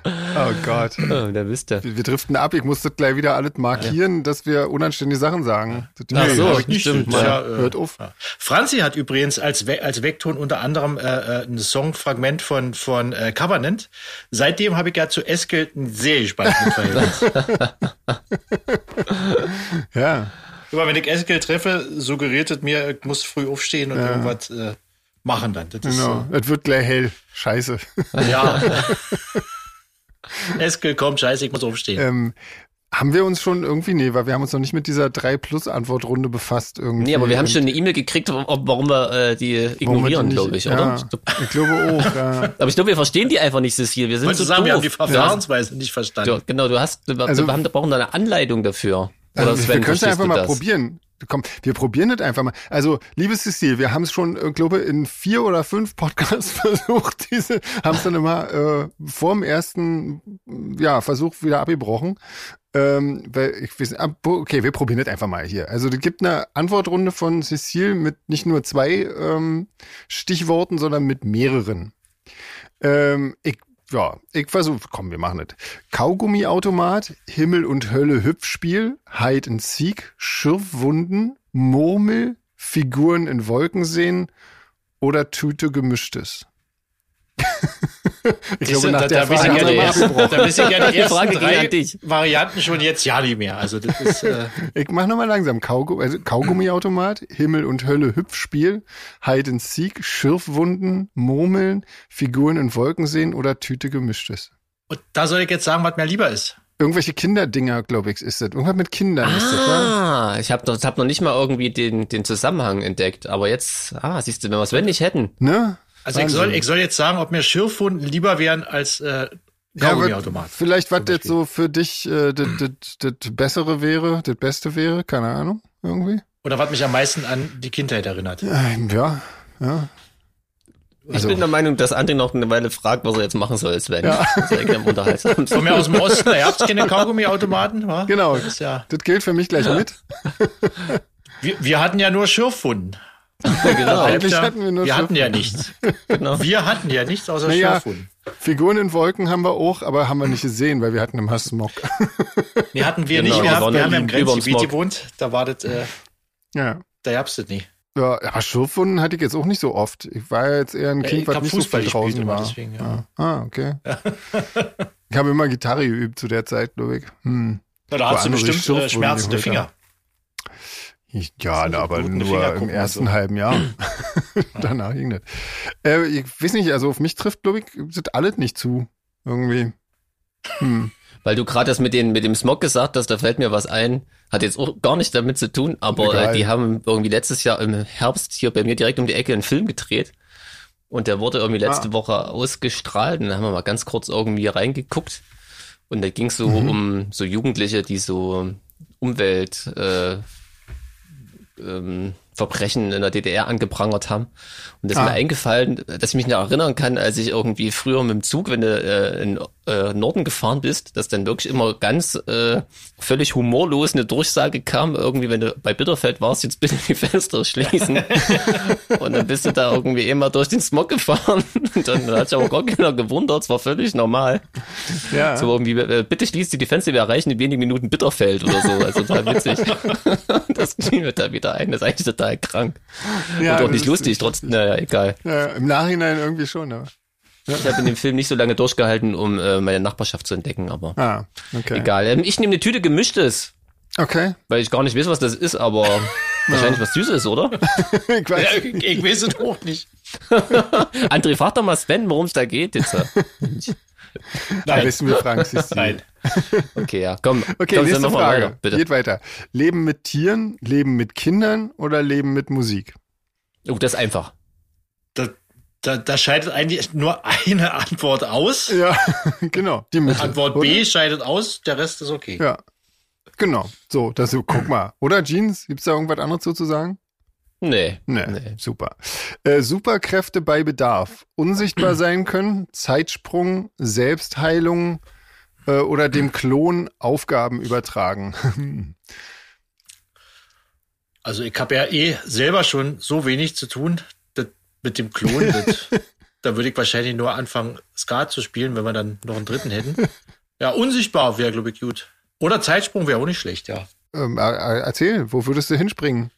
Speaker 2: Oh Gott.
Speaker 1: Ja, der wüsste.
Speaker 2: Wir, wir driften ab. Ich muss das gleich wieder alles markieren, dass wir unanständige Sachen sagen. Das-
Speaker 1: Ach so,
Speaker 2: hab ich
Speaker 1: stimmt.
Speaker 3: Das ist
Speaker 1: ja.
Speaker 3: ja, äh,
Speaker 2: Hört auf.
Speaker 3: Franzi hat übrigens als, We als Vekton unter anderem äh, äh, ein Songfragment von, von äh, Covenant. Seitdem habe ich ja zu Eskel ein sehr gespanntes Verhältnis.
Speaker 2: Ja.
Speaker 3: Immer wenn ich Eskel treffe, suggeriert es mir, ich muss früh aufstehen und irgendwas. Äh, machen dann. Das ist
Speaker 2: Genau. Das wird gleich hell. Scheiße.
Speaker 3: so. Ja. Eskel, komm, scheiße, ich muss aufstehen.
Speaker 2: ähm, haben wir uns schon irgendwie, nee, weil wir haben uns noch nicht mit dieser 3-Plus-Antwortrunde befasst irgendwie. Ähm,
Speaker 1: Nee, aber wir haben
Speaker 2: Und
Speaker 1: schon eine E-Mail gekriegt, ob, warum wir äh, die
Speaker 2: warum wir die
Speaker 1: ignorieren,
Speaker 2: nicht-
Speaker 1: glaube ich,
Speaker 2: ja,
Speaker 1: oder?
Speaker 2: Ich glaube auch, ja.
Speaker 1: Aber ich glaube, wir verstehen die einfach nicht, Cecil. Wir sind
Speaker 3: Wolltest
Speaker 1: so
Speaker 3: du sagen,
Speaker 1: doof.
Speaker 3: wir haben die
Speaker 1: Du hast-
Speaker 3: Verfahrensweise nicht verstanden.
Speaker 1: Ja, genau, du hast, wir,
Speaker 2: Also-
Speaker 1: wir haben, brauchen da eine Anleitung dafür. Oder
Speaker 2: Also, wir
Speaker 1: Sven,
Speaker 2: können es
Speaker 1: verstehst
Speaker 2: einfach
Speaker 1: du
Speaker 2: mal
Speaker 1: das?
Speaker 2: probieren. Komm, wir probieren das einfach mal. Also, liebe Cecil, wir haben es schon, äh, glaube in vier oder fünf Podcasts versucht. Diese haben es dann immer äh, vor dem ersten ja, Versuch wieder abgebrochen. Ähm, weil ich weiß, ab- okay, wir probieren das einfach mal hier. Also, es gibt eine Antwortrunde von Cecil mit nicht nur zwei ähm, Stichworten, sondern mit mehreren. Ähm, ich, ja, ich versuche, komm, wir machen das. Kaugummiautomat, Himmel und Hölle Hüpfspiel, Hide and Seek, Schürfwunden, Murmel, Figuren in Wolken sehen oder Tüte gemischtes. ich glaube, nach der
Speaker 3: bist
Speaker 2: Frage
Speaker 1: ich
Speaker 2: haben wir
Speaker 3: du
Speaker 1: gerne
Speaker 2: mal
Speaker 1: erst.
Speaker 2: abgebrochen.
Speaker 3: da bist du ja die
Speaker 1: Die Frage
Speaker 3: ersten
Speaker 1: ging
Speaker 3: drei
Speaker 1: an dich.
Speaker 3: Varianten schon jetzt ja nicht mehr. Also das ist äh,
Speaker 2: Ich mach nochmal langsam. Kaugummi, also Kaugummiautomat, Himmel und Hölle Hüpfspiel, Hide and Seek, Schürfwunden, Murmeln, Figuren in Wolken sehen oder Tüte gemischtes.
Speaker 3: und da soll ich jetzt sagen, was mir lieber ist.
Speaker 2: Irgendwelche Kinderdinger, glaube ich, ist das. Irgendwas mit Kindern ist das, wa?
Speaker 1: Ah, ich habe noch, hab noch nicht mal irgendwie den, den Zusammenhang entdeckt. Aber jetzt, ah, siehst du, wenn wir es wenn nicht hätten.
Speaker 2: Ne?
Speaker 3: Also ich soll, ich soll jetzt sagen, ob mir Schürfwunden lieber wären als äh, Kaugummiautomat.
Speaker 2: Vielleicht, was jetzt so für dich äh, das
Speaker 3: Hm.
Speaker 2: das- das Bessere wäre, das Beste wäre, keine Ahnung, irgendwie.
Speaker 3: Oder was mich am meisten an die Kindheit erinnert.
Speaker 2: Ähm, Ja, ja. Also-
Speaker 1: ich bin der Meinung, dass André noch eine Weile fragt, was er jetzt machen soll, Sven. Ja. Das ist eigentlich am
Speaker 3: Von
Speaker 1: unterhaltsamsten.
Speaker 3: mir aus dem Osten, da habt keine Kaugummiautomaten, wa?
Speaker 2: Genau.
Speaker 3: Das ist ja,
Speaker 2: Das gilt für mich gleich mit.
Speaker 3: wir, wir hatten ja nur Schürfwunden.
Speaker 1: genau.
Speaker 2: Eigentlich
Speaker 3: Alter,
Speaker 2: hatten wir nur
Speaker 3: hatten ja nichts.
Speaker 1: Genau.
Speaker 3: Wir hatten ja nichts außer
Speaker 2: Naja,
Speaker 3: Schürfwunden.
Speaker 2: Figuren in Wolken haben wir auch, aber haben wir nicht gesehen, weil wir hatten im Hassmog.
Speaker 3: Nee, hatten wir
Speaker 1: Genau,
Speaker 3: nicht.
Speaker 1: wir
Speaker 3: Wir, hatten,
Speaker 1: waren
Speaker 3: wir haben ja im
Speaker 1: über- überm
Speaker 3: Grenzgebiet
Speaker 1: Smog.
Speaker 3: gewohnt. Da war das, äh,
Speaker 2: Ja.
Speaker 3: da gab's das nie.
Speaker 2: ja. Aber Schürfwunden hatte ich jetzt auch nicht so oft. Ich war ja jetzt eher ein
Speaker 3: Ja,
Speaker 2: Kind,
Speaker 3: ich
Speaker 2: was
Speaker 3: hab
Speaker 2: nicht so
Speaker 3: Fußball
Speaker 2: viel
Speaker 3: gespielt
Speaker 2: draußen
Speaker 3: immer,
Speaker 2: war.
Speaker 3: deswegen, ja.
Speaker 2: Ah, Ah, okay. Ich habe immer Gitarre geübt zu der Zeit, glaube ich. Hm.
Speaker 3: Na, da hast du
Speaker 2: andere
Speaker 3: bestimmt
Speaker 2: Schürfwunden
Speaker 3: äh, schmerzende
Speaker 2: geholt, ja.
Speaker 3: Finger.
Speaker 2: Ich, ja, na, aber
Speaker 3: blutende
Speaker 2: nur
Speaker 3: Finger
Speaker 2: im
Speaker 3: gucken und
Speaker 2: ersten
Speaker 3: so.
Speaker 2: halben Jahr. Danach ging das. Äh, ich weiß nicht, also auf mich trifft, glaube ich, sind alles nicht zu. Irgendwie. Hm.
Speaker 1: Weil du gerade das mit, den, mit dem Smog gesagt hast, da fällt mir was ein. Hat jetzt auch gar nichts damit zu tun, aber
Speaker 2: Egal.
Speaker 1: äh, die haben irgendwie letztes Jahr im Herbst hier bei mir direkt um die Ecke einen Film gedreht. Und der wurde irgendwie letzte
Speaker 2: Ah.
Speaker 1: Woche ausgestrahlt. Und da haben wir mal ganz kurz irgendwie reingeguckt. Und da ging es so
Speaker 2: Mhm.
Speaker 1: um so Jugendliche, die so Umwelt, äh, ähm, Verbrechen in der DDR angeprangert haben. Und das ist
Speaker 2: Ah.
Speaker 1: mir eingefallen, dass ich mich noch erinnern kann, als ich irgendwie früher mit dem Zug, wenn du äh, in äh, Norden gefahren bist, dass dann wirklich immer ganz äh, völlig humorlos eine Durchsage kam, irgendwie, wenn du bei Bitterfeld warst, jetzt bitte die Fenster schließen. und dann bist du da irgendwie immer durch den Smog gefahren. Und dann hat sich aber gar keiner gewundert, es war völlig normal.
Speaker 2: Ja.
Speaker 1: So irgendwie, äh, bitte schließt sie die Fenster, wir erreichen in wenigen Minuten Bitterfeld oder so. Also total witzig. das fiel mir da wieder ein, das ist eigentlich total krank. Und
Speaker 2: ja,
Speaker 1: auch
Speaker 2: das
Speaker 1: nicht
Speaker 2: ist-
Speaker 1: lustig, trotzdem, naja, egal.
Speaker 2: Ja, Im Nachhinein irgendwie schon, ne? aber.
Speaker 1: Ich habe in dem Film nicht so lange durchgehalten, um äh, meine Nachbarschaft zu entdecken, aber
Speaker 2: Ah, okay.
Speaker 1: egal. Ähm, ich nehme eine Tüte gemischtes,
Speaker 2: Okay.
Speaker 1: weil ich gar nicht weiß, was das ist, aber wahrscheinlich was Süßes, oder?
Speaker 2: Ich weiß,
Speaker 3: Ja, ich, ich weiß es auch nicht.
Speaker 1: André, frag doch mal Sven, worum es da geht jetzt.
Speaker 2: Da
Speaker 3: Nein,
Speaker 2: wissen wir Frank Cecil.
Speaker 3: nein.
Speaker 1: Okay, ja, komm.
Speaker 2: Okay,
Speaker 1: komm, Sven,
Speaker 2: nächste
Speaker 1: mach mal
Speaker 2: Frage.
Speaker 1: Weiter, bitte.
Speaker 2: Geht weiter. Leben mit Tieren, Leben mit Kindern oder Leben mit Musik?
Speaker 1: Oh, das ist einfach.
Speaker 3: Da, da, da scheidet eigentlich nur eine Antwort aus.
Speaker 2: Ja, genau. Die Mitte,
Speaker 3: Antwort
Speaker 2: oder?
Speaker 3: B scheidet aus, der Rest ist okay.
Speaker 2: Ja. Genau. So, das guck mal. Oder Jeans? Gibt's da irgendwas anderes so zu sagen?
Speaker 1: Nee.
Speaker 2: Nee, super. Äh, Superkräfte bei Bedarf. Unsichtbar sein können, Zeitsprung, Selbstheilung äh, oder dem Klon Aufgaben übertragen.
Speaker 3: Also ich habe ja eh selber schon so wenig zu tun das, mit dem Klon. Das, da würde ich wahrscheinlich nur anfangen, Skat zu spielen, wenn wir dann noch einen dritten hätten. Ja, unsichtbar wäre, glaube ich, gut. Oder Zeitsprung wäre auch nicht schlecht, ja.
Speaker 2: ähm, er- er- erzähl, wo würdest du hinspringen?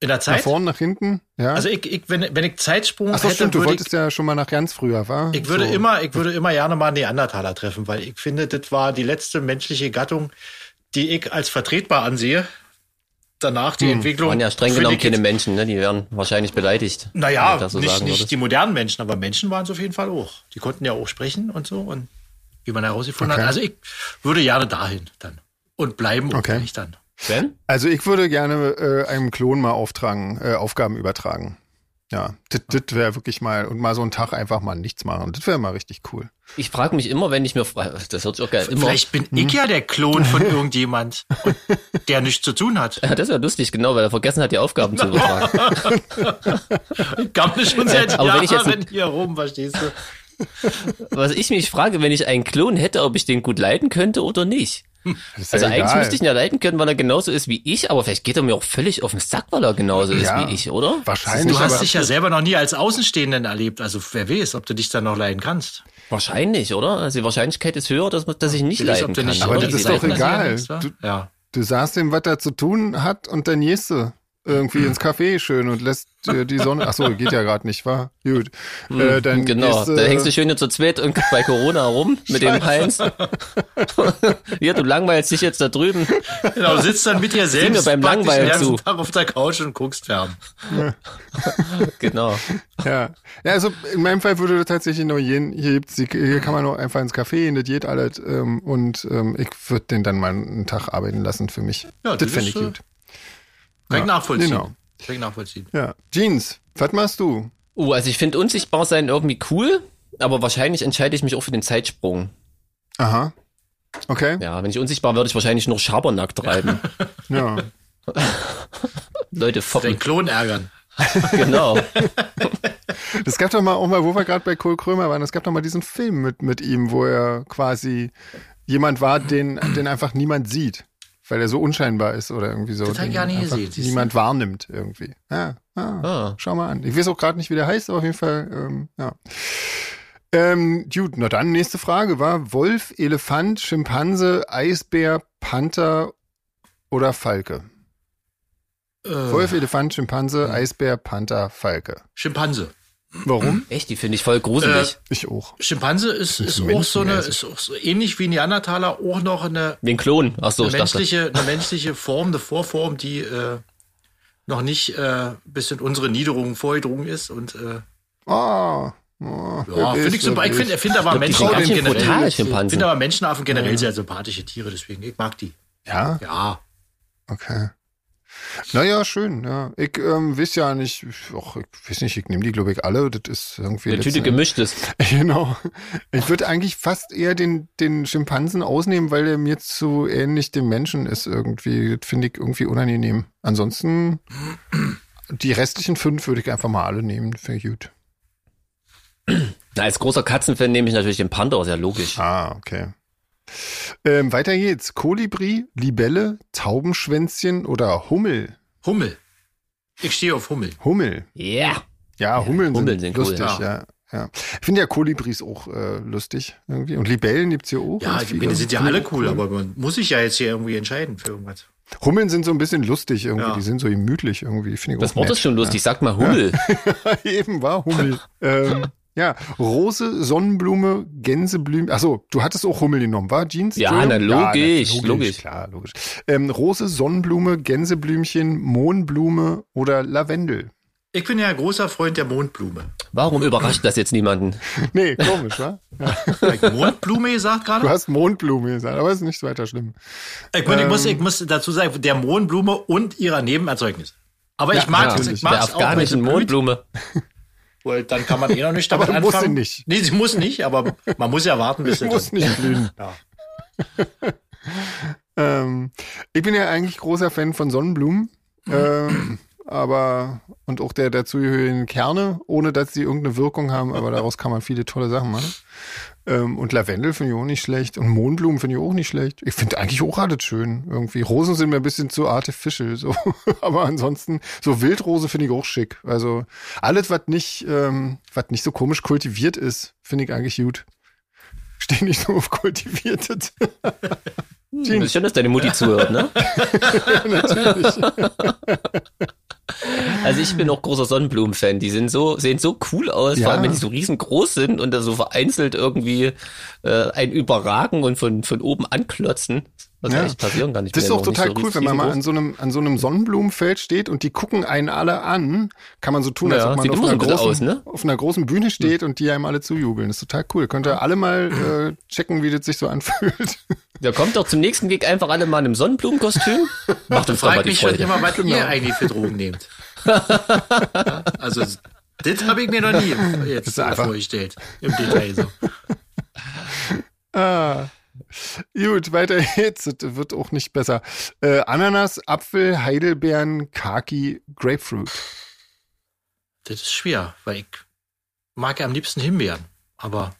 Speaker 3: In der Zeit?
Speaker 2: Nach vorn, nach hinten? Ja.
Speaker 3: Also ich, ich wenn, wenn ich Zeitsprung
Speaker 2: Achso,
Speaker 3: hätte,
Speaker 2: stimmt, du
Speaker 3: würde ich,
Speaker 2: wolltest ja schon mal nach ganz früher, war?
Speaker 3: ich würde
Speaker 2: so.
Speaker 3: immer, ich würde immer gerne mal einen Neandertaler treffen, weil ich finde, das war die letzte menschliche Gattung, die ich als vertretbar ansehe. danach
Speaker 2: Hm,
Speaker 3: die
Speaker 2: Oh,
Speaker 3: Entwicklung.
Speaker 1: Waren ja streng
Speaker 3: für
Speaker 1: genommen
Speaker 3: die Kids-
Speaker 1: keine Menschen, ne? Die wären wahrscheinlich beleidigt. wenn
Speaker 3: Naja,
Speaker 1: du das so
Speaker 3: nicht,
Speaker 1: sagen
Speaker 3: nicht
Speaker 1: würdest.
Speaker 3: die modernen Menschen, aber Menschen waren es auf jeden Fall auch. Die konnten ja auch sprechen und so und wie man herausgefunden
Speaker 2: Okay.
Speaker 3: hat. Also ich würde gerne dahin dann und bleiben
Speaker 2: Okay.
Speaker 3: okay. ich dann.
Speaker 1: Sven?
Speaker 2: Also ich würde gerne äh, einem Klon mal auftragen, äh, Aufgaben übertragen. Ja, das wäre wirklich mal, und mal so einen Tag einfach mal nichts machen. Das wäre mal richtig cool.
Speaker 1: Ich frage mich immer, wenn ich mir fra- das hört sich auch geil immer. Mhm.
Speaker 3: Vielleicht bin ich ja der Klon von irgendjemand, und der nichts zu tun hat.
Speaker 1: Ja, das wäre lustig, genau, weil er vergessen hat, die Aufgaben zu übertragen.
Speaker 3: Ich kann mich schon seit
Speaker 1: Aber wenn ich jetzt-
Speaker 3: Jahren hier rum, verstehst du?
Speaker 1: Was ich mich frage, wenn ich einen Klon hätte, ob ich den gut leiten könnte oder nicht.
Speaker 2: Das ist
Speaker 1: Also
Speaker 2: ja
Speaker 1: eigentlich
Speaker 2: egal.
Speaker 1: müsste ich ihn ja leiten können, weil er genauso ist wie ich, aber vielleicht geht er mir auch völlig auf den Sack, weil er genauso ist
Speaker 2: Ja.
Speaker 1: wie ich, oder?
Speaker 2: Wahrscheinlich,
Speaker 3: Also, Du hast
Speaker 2: aber
Speaker 3: dich ja selber noch nie als Außenstehenden erlebt. Also wer weiß, ob du dich dann noch leiden kannst.
Speaker 1: Wahrscheinlich, oder? Also die Wahrscheinlichkeit ist höher, dass, man, dass ich ihn nicht
Speaker 3: Wer weiß,
Speaker 1: leiten
Speaker 3: ob du
Speaker 1: kann.
Speaker 3: nicht
Speaker 2: Aber
Speaker 1: oder?
Speaker 2: das ist
Speaker 1: Ich
Speaker 2: doch
Speaker 1: leiten kann.
Speaker 2: egal.
Speaker 3: Ja.
Speaker 2: Du-
Speaker 3: ja.
Speaker 2: du sagst ihm, was er zu tun hat und dann gehst du irgendwie ins Café schön und lässt äh, die Sonne. Ach so, geht ja gerade nicht, wahr? Gut. Äh, dann
Speaker 1: Genau,
Speaker 2: gehst, du-
Speaker 1: da hängst du schön hier zu zweit und bei Corona rum mit dem Heinz. ja, du langweilst dich jetzt da drüben.
Speaker 3: Genau, du sitzt dann mit dir selbst
Speaker 1: beim
Speaker 3: praktisch
Speaker 1: Langweilen
Speaker 3: den ganzen
Speaker 1: zu.
Speaker 3: Tag auf der Couch und guckst fern.
Speaker 1: Genau.
Speaker 2: Ja. ja, also in meinem Fall würde das tatsächlich nur jeden, hier, gibt's die, hier kann man nur einfach ins Café, in das geht alles ähm, und ähm, ich würde den dann mal einen Tag arbeiten lassen für mich.
Speaker 3: Ja,
Speaker 2: das
Speaker 3: das
Speaker 2: finde ich
Speaker 3: ist, äh,
Speaker 2: gut. Ja,
Speaker 3: Kann ich nachvollziehen.
Speaker 2: genau.
Speaker 3: Kann ich nachvollziehen.
Speaker 2: Ja. Jeans, was machst du?
Speaker 1: Uh, also ich finde unsichtbar sein irgendwie cool, aber wahrscheinlich entscheide ich mich auch für den Zeitsprung.
Speaker 2: Aha. Okay.
Speaker 1: Ja, wenn ich unsichtbar würde, ich wahrscheinlich nur Schabernack treiben.
Speaker 2: Ja.
Speaker 1: Leute
Speaker 3: Den
Speaker 1: foppen.
Speaker 3: Klon ärgern.
Speaker 1: genau.
Speaker 2: Es gab doch mal auch mal, wo wir gerade bei Kohl Krömer waren, es gab doch mal diesen Film mit, mit ihm, wo er quasi jemand war, den, den einfach niemand sieht, weil er so unscheinbar ist oder irgendwie so.
Speaker 3: Das hab ich
Speaker 2: den
Speaker 3: gar nicht
Speaker 2: einfach
Speaker 3: gesehen, siehst du.
Speaker 2: Niemand wahrnimmt irgendwie. Ja, ja.
Speaker 1: Ah.
Speaker 2: Schau mal an. Ich weiß auch gerade nicht, wie der heißt, aber auf jeden Fall, ähm, ja. Ähm, gut, na dann, nächste Frage war Wolf, Elefant, Schimpanse, Eisbär, Panther oder Falke?
Speaker 3: Äh, Hm.
Speaker 2: Wolf, Elefant, Schimpanse, Eisbär, Panther, Falke.
Speaker 3: Schimpanse.
Speaker 2: Warum?
Speaker 1: Echt, die finde ich voll gruselig.
Speaker 2: Ich auch.
Speaker 3: Schimpanse ist,
Speaker 2: Das
Speaker 3: ist
Speaker 2: sind
Speaker 3: auch so eine,
Speaker 2: Menschenmäßig.
Speaker 3: ist auch so, ähnlich wie Neandertaler, auch noch eine,
Speaker 1: Den Klon. Ach so,
Speaker 3: eine,
Speaker 1: ich dachte.
Speaker 3: menschliche, eine menschliche Form, eine Vorform, die äh, noch nicht äh, bis in unsere Niederungen vorgedrungen ist. Und äh,
Speaker 2: Oh. oh
Speaker 3: ja,
Speaker 2: ist
Speaker 3: finde ich super. Ich
Speaker 2: wirklich.
Speaker 3: finde find aber
Speaker 1: Die sind
Speaker 2: Menschen
Speaker 1: ganz
Speaker 3: Menschenaffen
Speaker 1: schön
Speaker 2: sind
Speaker 3: generell.
Speaker 1: brutal,
Speaker 3: Ich finde
Speaker 1: Schimpansen.
Speaker 3: aber Menschenaffen generell sehr sympathische Tiere, deswegen ich mag die.
Speaker 2: Ja,
Speaker 3: Ja.
Speaker 2: okay. Naja, schön, ja. Ich ähm, weiß ja nicht, ich, och, ich weiß nicht, ich nehme die, glaube ich, alle. Das ist irgendwie.
Speaker 1: Eine Tüte
Speaker 2: letzten-
Speaker 1: gemischtes.
Speaker 2: Genau. Ich würde eigentlich fast eher den, den Schimpansen ausnehmen, weil der mir zu ähnlich dem Menschen ist irgendwie. Das finde ich irgendwie unangenehm. Ansonsten, die restlichen fünf würde ich einfach mal alle nehmen. Finde ich gut.
Speaker 1: Na, als großer Katzenfan nehme ich natürlich den Panther, ist ja logisch.
Speaker 2: Ah, okay. Ähm, weiter geht's. Kolibri, Libelle, Taubenschwänzchen oder Hummel?
Speaker 3: Hummel. Ich stehe auf Hummel.
Speaker 2: Hummel.
Speaker 1: Ja.
Speaker 2: Ja, Hummeln,
Speaker 1: Hummeln
Speaker 2: sind,
Speaker 1: sind cool.
Speaker 2: lustig, ja. ja. Ich finde ja Kolibris auch äh, lustig irgendwie. Und Libellen gibt's hier auch.
Speaker 3: Ja,
Speaker 2: ganz
Speaker 3: die
Speaker 2: viele.
Speaker 3: Bienen sind ja
Speaker 2: Finde
Speaker 3: alle
Speaker 2: ich auch
Speaker 3: cool, aber man muss sich ja jetzt hier irgendwie entscheiden für irgendwas.
Speaker 2: Hummeln sind so ein bisschen lustig irgendwie.
Speaker 3: Ja.
Speaker 2: Die sind so gemütlich irgendwie. Finde ich
Speaker 1: Das
Speaker 2: auch
Speaker 1: Wort
Speaker 2: nett.
Speaker 1: ist schon lustig. Sag mal Hummel.
Speaker 2: Ja, eben war Hummel. ähm, ja, Rose, Sonnenblume, Gänseblume. Achso, du hattest auch Hummel genommen, war Jeans?
Speaker 1: Ja,
Speaker 2: Entschuldigung?
Speaker 1: na,
Speaker 2: Ja,
Speaker 1: logisch,
Speaker 2: na,
Speaker 1: logisch.
Speaker 2: Klar, logisch. Ähm, Rose, Sonnenblume, Gänseblümchen, Mohnblume oder Lavendel.
Speaker 3: Ich bin ja ein großer Freund der Mondblume.
Speaker 1: Warum überrascht das jetzt niemanden?
Speaker 2: Nee, komisch, wa?
Speaker 3: Hab ich Mondblume gesagt
Speaker 2: Du
Speaker 3: gerade?
Speaker 2: hast Mondblume gesagt, aber ist nicht weiter schlimm.
Speaker 3: Ich, meine, ich, muss, ich muss dazu sagen, der Mondblume und ihrer Nebenerzeugnisse. Aber ich mag es. Ich
Speaker 1: der
Speaker 3: mag es auch, wenn sie
Speaker 1: afghanischen
Speaker 2: also
Speaker 3: blüht,
Speaker 1: Mondblume.
Speaker 3: weil dann kann man eh noch nicht damit
Speaker 2: Aber muss
Speaker 3: anfangen.
Speaker 2: sie nicht.
Speaker 3: Nee, sie muss nicht, aber man muss ja warten, bis sie
Speaker 2: Muss
Speaker 3: dann.
Speaker 2: nicht blühen.
Speaker 3: Ja.
Speaker 2: Ähm, ich bin ja eigentlich großer Fan von Sonnenblumen. Ähm, aber und auch der dazugehörigen Kerne, ohne dass sie irgendeine Wirkung haben, aber daraus kann man viele tolle Sachen machen. Ähm, und Lavendel finde ich auch nicht schlecht. Und Mohnblumen finde ich auch nicht schlecht. Ich finde eigentlich auch alles schön. Irgendwie. Rosen sind mir ein bisschen zu artificial. So. Aber ansonsten, so Wildrose finde ich auch schick. Also alles, was nicht, ähm, was nicht so komisch kultiviert ist, finde ich eigentlich gut. Stehe nicht so auf kultiviertes.
Speaker 1: Hm, ist schön, dass deine Mutti zuhört, ne?
Speaker 2: Natürlich.
Speaker 1: Also Also ich bin auch großer Sonnenblumen-Fan. Die sind so, sehen so cool aus,
Speaker 2: Ja.
Speaker 1: vor allem wenn die so riesengroß sind und da so vereinzelt irgendwie äh, einen überragen und von, von oben anklotzen. Was
Speaker 2: Ja.
Speaker 1: eigentlich passieren kann. Ich
Speaker 2: Das ist
Speaker 1: bin ja
Speaker 2: auch
Speaker 1: noch nicht
Speaker 2: total
Speaker 1: so
Speaker 2: cool, wenn man mal
Speaker 1: riesengroß.
Speaker 2: an so einem, an so einem Sonnenblumenfeld steht und die gucken einen alle an. Kann man so tun, als
Speaker 1: Ja,
Speaker 2: ob man
Speaker 1: sieht
Speaker 2: auf
Speaker 1: immer
Speaker 2: einer,
Speaker 1: so gut
Speaker 2: großen,
Speaker 1: aus, ne?
Speaker 2: auf einer großen Bühne steht und die einem alle zujubeln. Das ist total cool. Könnt ihr alle mal äh, checken, wie das sich so anfühlt.
Speaker 1: Da kommt doch zum nächsten Gig einfach alle mal in einem Sonnenblumenkostüm. Macht uns doch mal
Speaker 3: Frag
Speaker 1: die
Speaker 3: mich schon
Speaker 1: Freude.
Speaker 3: immer, was ihr eigentlich für Drogen nehmt. ja, also, das habe ich mir noch nie jetzt
Speaker 2: ist einfach-
Speaker 3: vorgestellt. Im Detail so.
Speaker 2: Ah. Gut, weiter geht's. Das wird auch nicht besser. Äh, Ananas, Apfel, Heidelbeeren, Kaki, Grapefruit.
Speaker 3: Das ist schwer, weil ich mag ja am liebsten Himbeeren. Aber,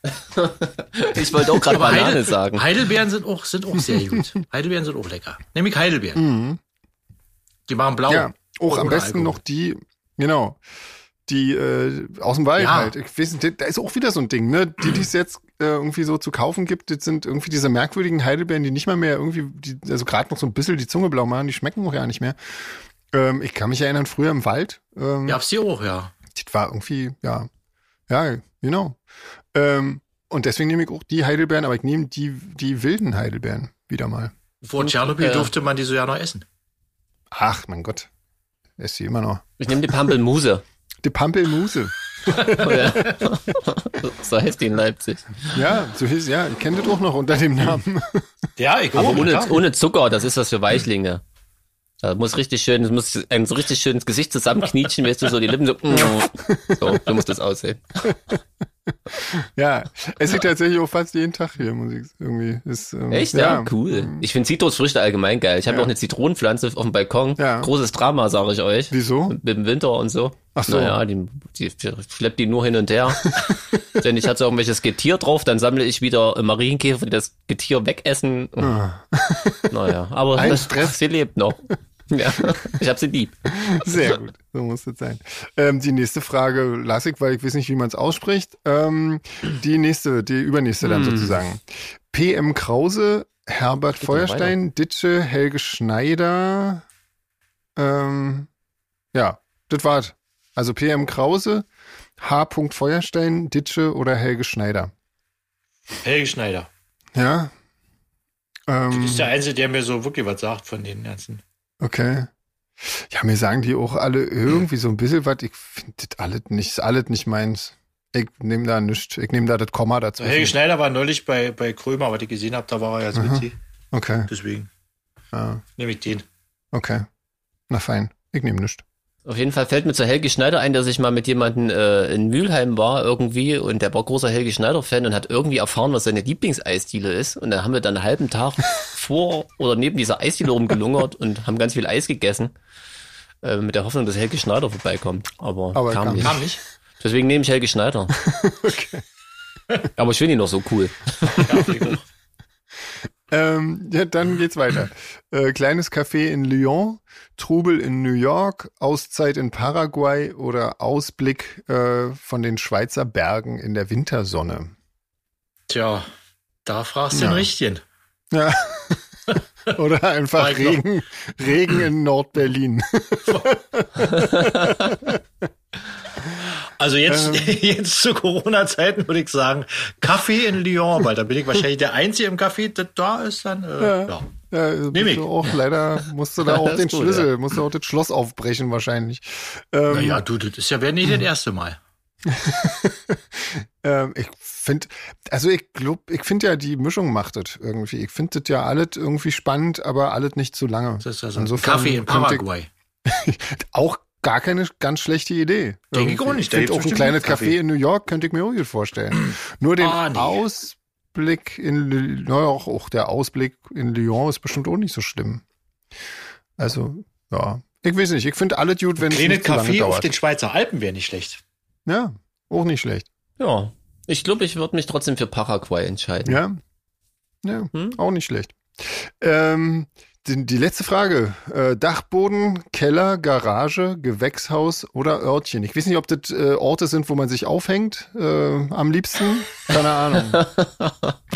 Speaker 1: Ich wollte auch gerade
Speaker 3: aber
Speaker 1: Banane
Speaker 3: Heidel-
Speaker 1: sagen.
Speaker 3: Heidelbeeren sind auch, sind auch sehr gut. Heidelbeeren sind auch lecker. Nämlich Heidelbeeren.
Speaker 2: Mhm.
Speaker 3: Die waren blau.
Speaker 2: Ja, auch am
Speaker 3: Ohne
Speaker 2: besten
Speaker 3: Alkohol.
Speaker 2: noch die, genau, die äh, aus dem Wald
Speaker 3: Ja.
Speaker 2: halt. Ich weiß nicht, da ist auch wieder so ein Ding, ne? Die, die es jetzt äh, irgendwie so zu kaufen gibt, das sind irgendwie diese merkwürdigen Heidelbeeren, die nicht mal mehr irgendwie, die, also gerade noch so ein bisschen die Zunge blau machen, die schmecken auch ja nicht mehr. Ähm, ich kann mich erinnern, früher im Wald, ähm,
Speaker 3: Ja, auf sie auch, ja.
Speaker 2: das war irgendwie, ja, ja, genau. Ähm, und deswegen nehme ich auch die Heidelbeeren, aber ich nehme die, die wilden Heidelbeeren wieder mal.
Speaker 3: Vor Tschernobyl
Speaker 1: äh,
Speaker 3: durfte man die so ja noch essen.
Speaker 2: Ach, mein Gott, esse sie immer noch.
Speaker 1: Ich nehme die Pampelmuse.
Speaker 2: Die Pampelmuse.
Speaker 1: Oder- so heißt die in Leipzig.
Speaker 2: Ja, so hieß, ja, ich kenne das auch noch unter dem Namen.
Speaker 1: Hm.
Speaker 3: Ja, ich
Speaker 1: Aber Also ohne, ohne Zucker, das ist was für Weichlinge. Da muss richtig schön, es muss ein so richtig schönes Gesicht zusammenknietschen, weißt du, so die Lippen so. mm. So, so muss das aussehen.
Speaker 2: Ja, esse ich tatsächlich auch fast jeden Tag hier, muss ich irgendwie. Ist, ähm,
Speaker 1: Echt? Ja, cool. Ich finde Zitrusfrüchte allgemein geil. Ich habe auch eine Zitronenpflanze auf dem Balkon.
Speaker 2: Ja.
Speaker 1: Großes Drama, sage ich euch.
Speaker 2: Wieso?
Speaker 1: Mit dem Winter und so.
Speaker 2: Ach so.
Speaker 1: Naja, die, die schleppt die nur hin und her. Denn ich hatte irgendwelches Getier drauf, dann sammle ich wieder äh, Marienkäfer, die das Getier wegessen. Naja, aber
Speaker 2: Ah. Ein
Speaker 1: das,
Speaker 2: Stress.
Speaker 1: sie lebt noch. Ja, ich habe sie lieb.
Speaker 2: Sehr gut, so muss das sein. Ähm, die nächste Frage lasse ich, weil ich weiß nicht, wie man es ausspricht. Ähm, die nächste, die übernächste dann
Speaker 1: Hm.
Speaker 2: sozusagen. PM Krause, Herbert
Speaker 1: noch
Speaker 2: Feuerstein, Ditsche, Helge Schneider. Ähm, ja, das war's. Also PM Krause, H. Feuerstein, Ditsche oder Helge Schneider.
Speaker 3: Helge Schneider.
Speaker 2: Ja.
Speaker 3: Das
Speaker 2: Ähm,
Speaker 3: ist der Einzige, der mir so wirklich was sagt von den ganzen.
Speaker 2: Okay. Ja, mir sagen die auch alle irgendwie so ein bisschen was. Ich finde das alles nicht, ist alles nicht meins. Ich nehme da nichts. Ich nehme da das Komma dazu.
Speaker 3: Helge Schneider war neulich bei, bei Krömer, was ich gesehen habe, da war er ja so witzig.
Speaker 2: Okay.
Speaker 3: Deswegen
Speaker 2: Ja,
Speaker 3: nehme ich den.
Speaker 2: okay. Na fein. Ich nehme nichts.
Speaker 1: Auf jeden Fall fällt mir zu Helge Schneider ein, dass ich mal mit jemandem äh, in Mülheim war irgendwie und der war großer Helge Schneider-Fan und hat irgendwie erfahren, was seine Lieblingseisdiele ist. Und da haben wir dann einen halben Tag vor oder neben dieser Eisdiele rumgelungert und haben ganz viel Eis gegessen. Äh, mit der Hoffnung, dass Helge Schneider vorbeikommt. Aber,
Speaker 2: Aber er
Speaker 1: kam
Speaker 2: kam
Speaker 1: nicht.
Speaker 3: Kam nicht?
Speaker 1: Deswegen nehme ich Helge Schneider. Aber ich finde ihn noch so cool.
Speaker 3: Ja, ich auch.
Speaker 2: Ähm, ja, dann geht's weiter. Äh, kleines Café in Lyon, Trubel in New York, Auszeit in Paraguay oder Ausblick äh, von den Schweizer Bergen in der Wintersonne.
Speaker 3: Tja, da fragst du
Speaker 2: Ja.
Speaker 3: den Richtigen.
Speaker 2: Ja. Oder einfach
Speaker 3: War ich noch-
Speaker 2: Regen, Regen in Nordberlin.
Speaker 3: Also jetzt, jetzt zu Corona-Zeiten würde ich sagen, Kaffee in Lyon, weil da bin ich wahrscheinlich der Einzige im Café, der da ist dann. Äh, ja.
Speaker 2: Ja, also
Speaker 3: Nehm
Speaker 2: bist
Speaker 3: ich.
Speaker 2: du auch leider musst du da auch
Speaker 1: ist
Speaker 2: den
Speaker 1: gut,
Speaker 2: Schlüssel, musst du auch das Schloss aufbrechen wahrscheinlich. Ähm,
Speaker 3: Naja, du, das ist ja wenn nicht das erste Mal.
Speaker 2: ähm, ich finde, also ich glaub, ich finde ja die Mischung macht es irgendwie. Ich finde das ja alles irgendwie spannend, aber alles nicht zu lange.
Speaker 3: Das ist ja so ein
Speaker 2: Insofern
Speaker 3: Kaffee in
Speaker 2: könnte ich-
Speaker 3: Paraguay.
Speaker 2: Auch gar keine ganz schlechte Idee.
Speaker 3: Denke ich
Speaker 2: Irgendwie.
Speaker 3: auch nicht.
Speaker 2: Ich
Speaker 3: Da
Speaker 2: finde auch
Speaker 3: gibt's
Speaker 2: ein
Speaker 3: bestimmt
Speaker 2: kleines
Speaker 3: einen
Speaker 2: Café
Speaker 3: Kaffee.
Speaker 2: in New York könnte ich mir auch gut vorstellen. Nur den
Speaker 3: Ah, nee.
Speaker 2: Ausblick in, Ly- naja, auch, auch der Ausblick in Lyon ist bestimmt auch nicht so schlimm. Also, ja. Ich weiß nicht, ich finde alles gut, wenn es
Speaker 3: Kleine
Speaker 2: nicht zu lange
Speaker 3: Kaffee auf
Speaker 2: dauert.
Speaker 3: den Schweizer Alpen wäre nicht schlecht.
Speaker 2: Ja, auch nicht schlecht.
Speaker 1: Ja. Ich glaube, ich würde mich trotzdem für Paraguay entscheiden.
Speaker 2: Ja, ja
Speaker 1: Hm?
Speaker 2: auch nicht schlecht. Ähm, die, die letzte Frage. Äh, Dachboden, Keller, Garage, Gewächshaus oder Örtchen? Ich weiß nicht, ob das äh, Orte sind, wo man sich aufhängt. Äh, am liebsten? Keine Ahnung.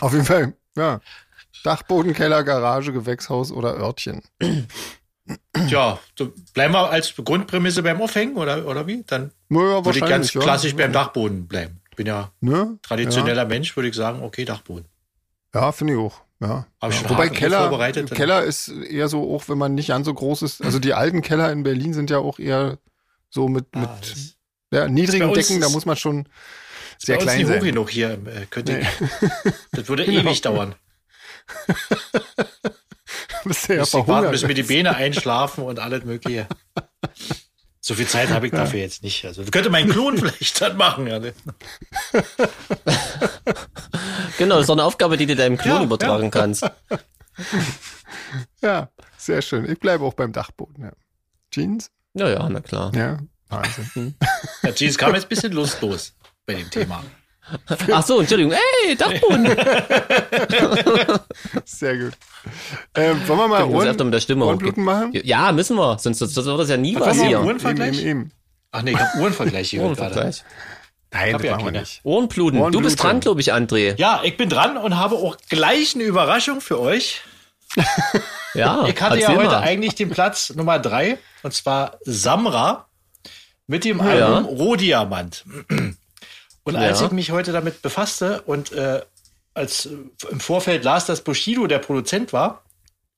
Speaker 2: Auf jeden Fall, ja. Dachboden, Keller, Garage, Gewächshaus oder Örtchen.
Speaker 3: Tja, so bleiben wir als Grundprämisse beim Aufhängen oder, oder wie? Dann
Speaker 2: Naja,
Speaker 3: würde ich ganz
Speaker 2: wahrscheinlich. ja.
Speaker 3: klassisch beim Dachboden bleiben. Bin ja
Speaker 2: Ne?
Speaker 3: traditioneller Mensch, würde ich sagen, okay, Dachboden.
Speaker 2: Ja, finde ich auch. Ja.
Speaker 3: Hab ich schon
Speaker 2: Wobei
Speaker 3: hart und
Speaker 2: Keller,
Speaker 3: vorbereitet.
Speaker 2: Keller ist eher so, auch wenn man nicht ganz so groß ist. Also die alten Keller in Berlin sind ja auch eher so mit,
Speaker 3: Ah, das
Speaker 2: mit
Speaker 3: ist
Speaker 2: ja, niedrigen
Speaker 3: bei uns
Speaker 2: Decken, da
Speaker 3: ist-
Speaker 2: muss man schon sehr
Speaker 3: bei uns
Speaker 2: klein
Speaker 3: nicht hoch
Speaker 2: sein.
Speaker 3: genug hier. im, Äh, könnte
Speaker 2: Nee.
Speaker 3: Das würde
Speaker 2: Genau.
Speaker 3: ewig dauern.
Speaker 2: Bist du ja
Speaker 3: Muss ich warten, bis
Speaker 2: verhungert.
Speaker 3: mir die Beine einschlafen und alles mögliche. So viel Zeit habe ich dafür jetzt nicht. Also das könnte mein Klon vielleicht dann machen. Ja, ne?
Speaker 1: Genau, das ist doch eine Aufgabe, die du deinem Klon
Speaker 3: Ja,
Speaker 1: übertragen kannst.
Speaker 2: Ja, sehr schön. Ich bleibe auch beim Dachboden. Ja. Jeans?
Speaker 1: Ja, ja, na klar.
Speaker 2: Ja, Wahnsinn.
Speaker 3: Ja, Jeans kam jetzt ein bisschen lustlos bei dem Thema.
Speaker 1: Ach so, Entschuldigung. Ey, Dachboden.
Speaker 2: Sehr gut. Ähm, wollen wir mal
Speaker 1: Ich muss öfter
Speaker 2: Ohren,
Speaker 1: mit der Stimme
Speaker 2: Ohrenbluten
Speaker 1: hochgehen.
Speaker 2: machen?
Speaker 1: Ja, müssen wir. Sonst sonst wird das ja nie Oh,
Speaker 3: Was
Speaker 1: was
Speaker 3: haben wir?
Speaker 1: hier.
Speaker 3: Uhren- Uhrenvergleich?
Speaker 2: Eben, eben, eben.
Speaker 3: Ach nee, ich habe Uhrenvergleich hier gerade.
Speaker 1: Ohrenvergleich.
Speaker 2: Nein,
Speaker 3: Hab
Speaker 2: das
Speaker 3: ja
Speaker 2: machen wir
Speaker 3: keine.
Speaker 2: nicht.
Speaker 1: Ohrenbluten. Du
Speaker 2: Ohrenbluten.
Speaker 1: bist dran, glaube ich, André.
Speaker 3: Ja, ich bin dran und habe auch gleich eine Überraschung für euch.
Speaker 1: Ja,
Speaker 3: Ich hatte ja
Speaker 1: Ah, erzähl
Speaker 3: heute
Speaker 1: mal.
Speaker 3: eigentlich den Platz Nummer drei und zwar Samra mit dem
Speaker 1: Ja.
Speaker 3: Album Rohdiamant. Und als
Speaker 1: Ja.
Speaker 3: ich mich heute damit befasste und äh, als äh, im Vorfeld las, dass Bushido der Produzent war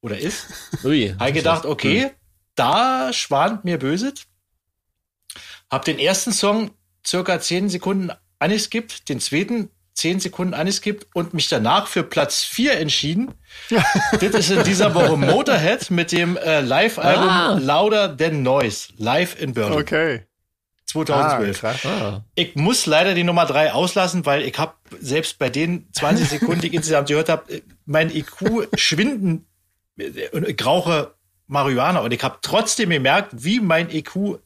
Speaker 3: oder ist,
Speaker 1: Ui.
Speaker 3: habe ich gedacht, okay, da schwant mir Böset. Hab den ersten Song circa 10 Sekunden angeskippt, den zweiten 10 Sekunden angeskippt und mich danach für Platz 4 entschieden. das ist in dieser Woche Motorhead mit dem äh, Live-Album
Speaker 1: Ah.
Speaker 3: Louder Than Noise, live in Berlin,
Speaker 2: Okay. Ah,
Speaker 3: 2012.
Speaker 2: krass.
Speaker 1: Ah,
Speaker 3: Ich muss leider die Nummer drei auslassen, weil ich habe selbst bei den 20 Sekunden, die ich insgesamt gehört habe, mein IQ schwinden und ich rauche Marihuana und ich habe trotzdem gemerkt, wie mein IQ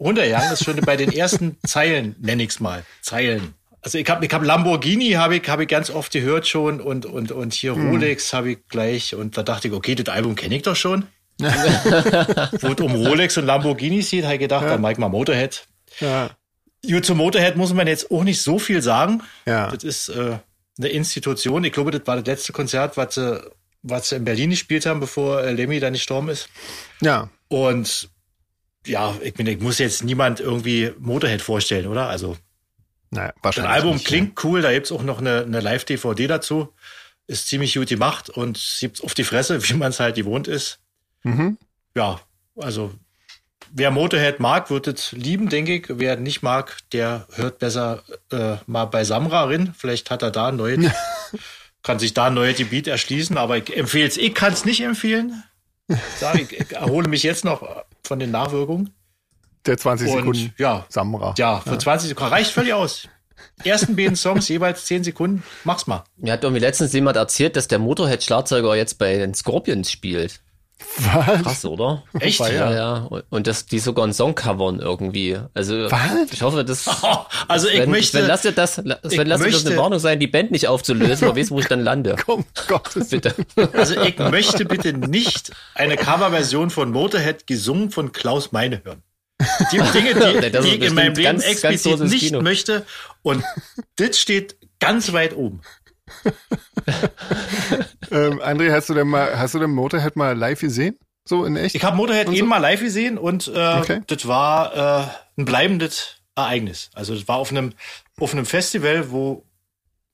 Speaker 3: runtergegangen ist, schon bei den ersten Zeilen, nenn ich's mal, Zeilen. Also ich habe ich hab Lamborghini habe ich, hab ich ganz oft gehört schon und, und, und hier Rolex habe ich gleich und da dachte ich, okay, das Album kenne ich doch schon. Wo es um Rolex und Lamborghinis geht, habe ich gedacht, dann mach ich mal Motorhead.
Speaker 2: Ja.
Speaker 3: Gut, zum Motorhead muss man jetzt auch nicht so viel sagen.
Speaker 2: Ja.
Speaker 3: Das ist äh, eine Institution. Ich glaube, das war das letzte Konzert, was sie, was sie in Berlin gespielt haben, bevor äh, Lemmy dann gestorben ist.
Speaker 2: ja.
Speaker 3: Und ja, ich, bin, ich muss jetzt niemand irgendwie Motorhead vorstellen, oder? Also,
Speaker 2: Naja,
Speaker 3: das
Speaker 2: wahrscheinlich.
Speaker 3: Album
Speaker 2: nicht,
Speaker 3: klingt cool. Da gibt's auch noch eine, eine Live-DVD dazu. Ist ziemlich gut gemacht und gibt's auf die Fresse, wie man es halt gewohnt ist.
Speaker 2: Ja. Mhm.
Speaker 3: Ja, also, wer Motorhead mag, wird es lieben, denke ich. Wer nicht mag, der hört besser äh, mal bei Samra rein. Vielleicht hat er da ein neues, kann sich da ein neues Gebiet erschließen, aber ich empfehle es. Ich kann es nicht empfehlen. Sag Ich, ich erhole mich jetzt noch von den Nachwirkungen.
Speaker 2: Der 20
Speaker 3: Und
Speaker 2: Sekunden
Speaker 3: ja,
Speaker 2: Samra.
Speaker 3: ja, für 20 Sekunden reicht völlig aus. Ersten beiden Songs jeweils 10 Sekunden. Mach's mal.
Speaker 1: mir hat irgendwie letztens jemand erzählt, dass der Motorhead-Schlagzeuger jetzt bei den Scorpions spielt.
Speaker 2: Was?
Speaker 1: Krass, oder?
Speaker 3: Echt?
Speaker 1: Ja, ja. Und dass die sogar einen Song covern irgendwie. Also
Speaker 2: Was?
Speaker 1: ich hoffe, dass
Speaker 3: Oh, also ich
Speaker 1: Sven,
Speaker 3: möchte.
Speaker 1: Sven, lass dir das, Sven, lass dir das
Speaker 3: möchte-
Speaker 1: eine Warnung sein, die Band nicht aufzulösen, aber weißt, wo ich dann lande.
Speaker 2: Um Gottes Willen.
Speaker 1: Bitte.
Speaker 3: Also ich möchte bitte nicht eine Coverversion von Motorhead gesungen von Klaus Meine hören. Die Dinge, die,
Speaker 1: Nee, das ist
Speaker 3: die ich in meinem
Speaker 1: bestimmt
Speaker 3: Leben
Speaker 1: ganz- ganz
Speaker 3: explizit
Speaker 1: großes
Speaker 3: nicht
Speaker 1: Kino.
Speaker 3: möchte. Und das steht ganz weit oben.
Speaker 2: Ähm, André, hast du denn mal, hast du den Motorhead mal live gesehen? So in echt?
Speaker 3: Ich habe Motorhead eben mal live gesehen und äh,
Speaker 2: Okay.
Speaker 3: das war äh, ein bleibendes Ereignis. Also das war auf einem auf einem Festival, wo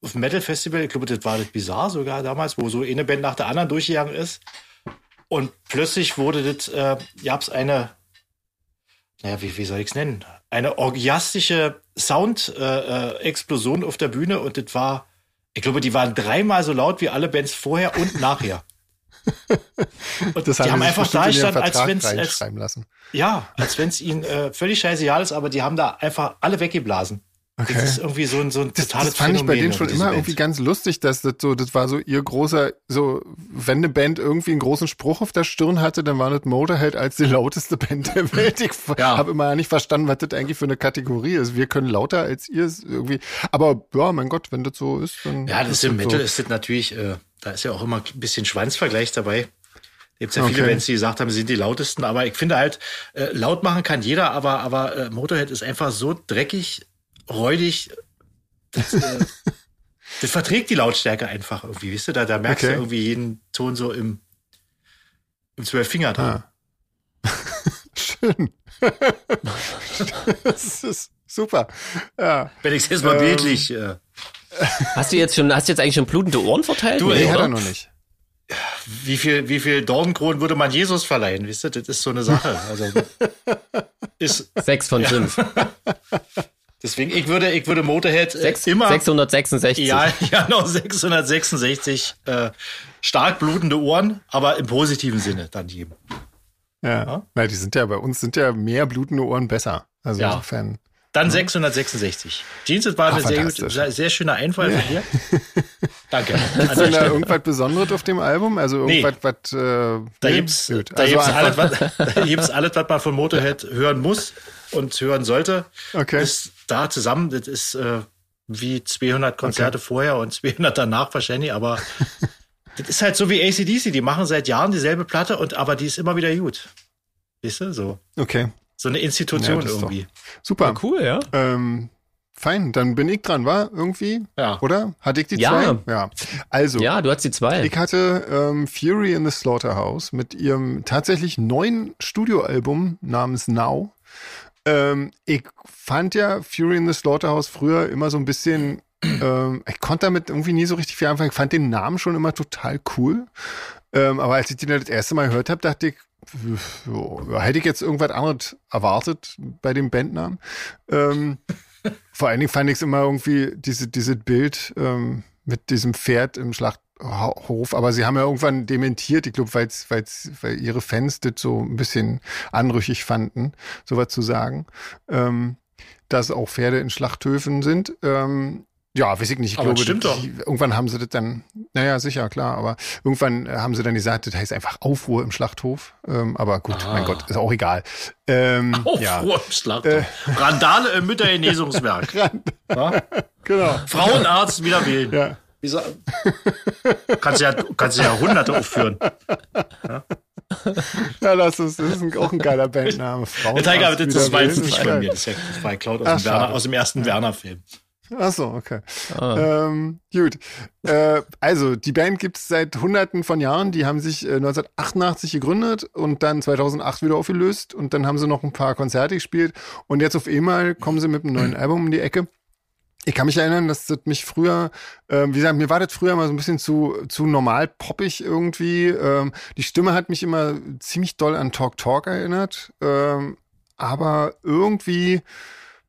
Speaker 3: auf einem Metal Festival, ich glaube, das war das bizarr sogar damals, wo so eine Band nach der anderen durchgegangen ist und plötzlich wurde das äh, gab's eine naja, wie, wie soll ich's nennen? Eine orgiastische Sound-Explosion äh, Explosion auf der Bühne und das war, ich glaube, die waren dreimal so laut wie alle Bands vorher und nachher. Und
Speaker 2: Das
Speaker 3: die haben
Speaker 2: sie sich
Speaker 3: einfach
Speaker 2: bestimmt
Speaker 3: da
Speaker 2: in ihren
Speaker 3: gestanden, als
Speaker 2: Vertrag
Speaker 3: wenn's, als,
Speaker 2: reinschreiben lassen.
Speaker 3: ja, als wenn es ihnen äh, völlig scheißegal ist, aber die haben da einfach alle weggeblasen.
Speaker 2: Okay.
Speaker 3: Das ist irgendwie so ein, so ein
Speaker 2: Das,
Speaker 3: totales
Speaker 2: das fand ich bei
Speaker 3: Phänomen, um
Speaker 2: denen schon
Speaker 3: diese
Speaker 2: immer
Speaker 3: Band.
Speaker 2: irgendwie ganz lustig, dass das so, das war so ihr großer, so, wenn eine Band irgendwie einen großen Spruch auf der Stirn hatte, dann war das Motorhead als die lauteste Band der Welt. Ich
Speaker 3: Ja.
Speaker 2: habe immer nicht verstanden, was das eigentlich für eine Kategorie ist. Wir können lauter als ihr es irgendwie. Aber ja, mein Gott, wenn das so ist, dann.
Speaker 3: Ja, das ist im
Speaker 2: Also so.
Speaker 3: Metal ist das natürlich, äh, da ist ja auch immer ein bisschen Schwanzvergleich dabei. Gibt ja viele
Speaker 2: Okay.
Speaker 3: Bands, die gesagt haben, sie sind die lautesten, aber ich finde halt, äh, laut machen kann jeder, aber, aber äh, Motorhead ist einfach so dreckig, räudig. Das, äh, das verträgt die Lautstärke einfach irgendwie, weißt du? Da, da merkst
Speaker 2: Okay.
Speaker 3: du irgendwie jeden Ton so im, im Zwölffinger dran.
Speaker 2: Ah. schön. das ist super. Ja.
Speaker 4: Wenigstens mal bildlich.
Speaker 2: Ähm,
Speaker 4: Äh,
Speaker 1: Hast du jetzt schon, hast du jetzt eigentlich schon blutende Ohren verteilt?
Speaker 3: Du,
Speaker 1: Nee,
Speaker 2: Nee,
Speaker 1: oder?
Speaker 2: hat er noch nicht.
Speaker 3: Wie viel, wie viel Dornkronen würde man Jesus verleihen? Wisst ihr, das ist so eine Sache. Also, ist,
Speaker 1: Sechs von fünf.
Speaker 3: deswegen, ich würde, ich würde Motorhead äh,
Speaker 1: Sechs,
Speaker 3: immer,
Speaker 1: 666.
Speaker 3: ja, ja, noch 666 äh, stark blutende Ohren, aber im positiven Sinne dann jedem.
Speaker 2: Ja. Na, die sind ja bei uns sind ja mehr blutende Ohren besser. Also
Speaker 3: Ja.
Speaker 2: insofern.
Speaker 3: Dann 666. Jeans, das war
Speaker 2: Ah,
Speaker 3: ein sehr, gut-
Speaker 2: Mhm. fantastisch.
Speaker 3: sehr, sehr schöner Einfall von dir. Danke. An der
Speaker 2: Ist denn da
Speaker 3: Stelle.
Speaker 2: irgendwas Besonderes auf dem Album? Also
Speaker 3: Also Nee.
Speaker 2: irgendwas, was. Äh,
Speaker 3: Da
Speaker 2: nee?
Speaker 3: gibt's,
Speaker 2: Gut.
Speaker 3: da
Speaker 2: also
Speaker 3: gibt's
Speaker 2: einfach,
Speaker 3: alles, was, da gibt's alles, was man von Motorhead hören muss und hören sollte.
Speaker 2: Okay.
Speaker 3: Ist da zusammen, das ist äh, wie 200 Konzerte vorher und 200 danach wahrscheinlich, aber das ist halt so wie ACDC, die machen seit Jahren dieselbe Platte und aber die ist immer wieder gut. Weißt du, so.
Speaker 2: okay.
Speaker 3: So eine Institution
Speaker 2: Ja, das ist doch-
Speaker 3: irgendwie.
Speaker 2: Super.
Speaker 1: Cool, ja.
Speaker 2: Ähm, fein, dann bin ich dran, war irgendwie?
Speaker 3: Ja.
Speaker 2: Oder? Hatte ich die
Speaker 1: Ja.
Speaker 2: zwei? Ja. Also,
Speaker 1: Ja, du hast die zwei.
Speaker 2: ich hatte ähm, Fury in the Slaughterhouse mit ihrem tatsächlich neuen Studioalbum namens Now. Ähm, ich fand ja Fury in the Slaughterhouse früher immer so ein bisschen, ähm, ich konnte damit irgendwie nie so richtig viel anfangen. Ich fand den Namen schon immer total cool. Ähm, aber als ich den das erste Mal gehört habe, dachte ich, so, hätte ich jetzt irgendwas anderes erwartet bei dem Bandnamen. Ähm, vor allen Dingen fand ich es immer irgendwie, diese, dieses Bild ähm, mit diesem Pferd im Schlachthof. Aber sie haben ja irgendwann dementiert, ich glaube, weil's, weil's, weil ihre Fans das so ein bisschen anrüchig fanden, sowas zu sagen. Ähm, dass auch Pferde in Schlachthöfen sind. Ähm, ja, weiß ich nicht. Ich
Speaker 3: Aber das
Speaker 2: glaube,
Speaker 3: stimmt
Speaker 2: das-
Speaker 3: doch.
Speaker 2: irgendwann haben sie das dann, naja, sicher, klar, aber irgendwann äh, haben sie dann gesagt, das heißt einfach Aufruhr im Schlachthof. Ähm, aber gut, mein Gott, ist auch egal. Ähm, ja.
Speaker 3: Ah. Aufruhr im Schlachthof. Randale im Müttergenesungswerk. Ja?
Speaker 2: Genau.
Speaker 3: Frauenarzt wieder wählen.
Speaker 2: Ja.
Speaker 4: wieso?
Speaker 3: Kannst ja, kannst ja Hunderte aufführen.
Speaker 2: Ja, das ist, das ist ein, auch ein geiler Bandname. Frauen.
Speaker 3: Der Tiger, das, das war jetzt
Speaker 2: Wiederwählen,
Speaker 3: nicht
Speaker 2: ist
Speaker 3: von
Speaker 2: geil.
Speaker 3: mir. Das ist ja- das war geklaut
Speaker 2: Ach,
Speaker 3: aus, dem Werner,
Speaker 2: schade.
Speaker 3: aus dem ersten Werner-Film.
Speaker 2: Ach so, okay.
Speaker 1: Ah.
Speaker 2: Ähm, gut. Äh, also, die Band gibt's seit hunderten von Jahren. Die haben sich äh, 1988 gegründet und dann 2008 wieder aufgelöst. Und dann haben sie noch ein paar Konzerte gespielt. Und jetzt auf einmal kommen sie mit einem neuen Album um die Ecke. Ich kann mich erinnern, dass das mich früher, ähm, wie gesagt, mir war das früher mal so ein bisschen zu, zu normal poppig irgendwie. Ähm, die Stimme hat mich immer ziemlich doll an Talk Talk erinnert. Ähm, aber irgendwie,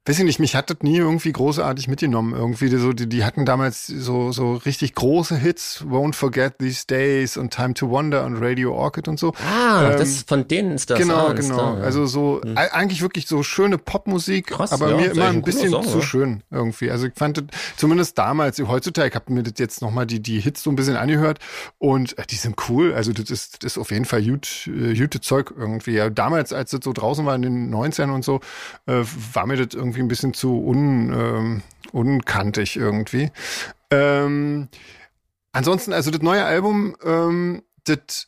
Speaker 2: weiß ich nicht, mich hat das nie irgendwie großartig mitgenommen. Irgendwie die so, die, die hatten damals so, so richtig große Hits, Won't Forget These Days und Time to Wonder und Radio Orchid und so.
Speaker 1: Ah,
Speaker 2: Ähm,
Speaker 1: das von denen ist das.
Speaker 2: Genau,
Speaker 1: ah, das ist
Speaker 2: genau.
Speaker 1: da, ja. Hm.
Speaker 2: also so e- eigentlich wirklich so schöne Popmusik,
Speaker 1: Krass,
Speaker 2: aber
Speaker 1: ja,
Speaker 2: mir
Speaker 1: ist eigentlich
Speaker 2: immer ein
Speaker 1: ein cooler
Speaker 2: bisschen
Speaker 1: Song,
Speaker 2: zu
Speaker 1: ja.
Speaker 2: schön irgendwie. Also ich fand das, zumindest damals, heutzutage, ich habe mir das jetzt nochmal die, die Hits so ein bisschen angehört und äh, die sind cool. Also das ist, das ist auf jeden Fall gut, äh, gute Zeug irgendwie. Ja, damals, als das so draußen war in den 90ern und so, äh, war mir das irgendwie ein bisschen zu un, ähm, unkantig irgendwie. Ähm, ansonsten, also das neue Album, ähm, das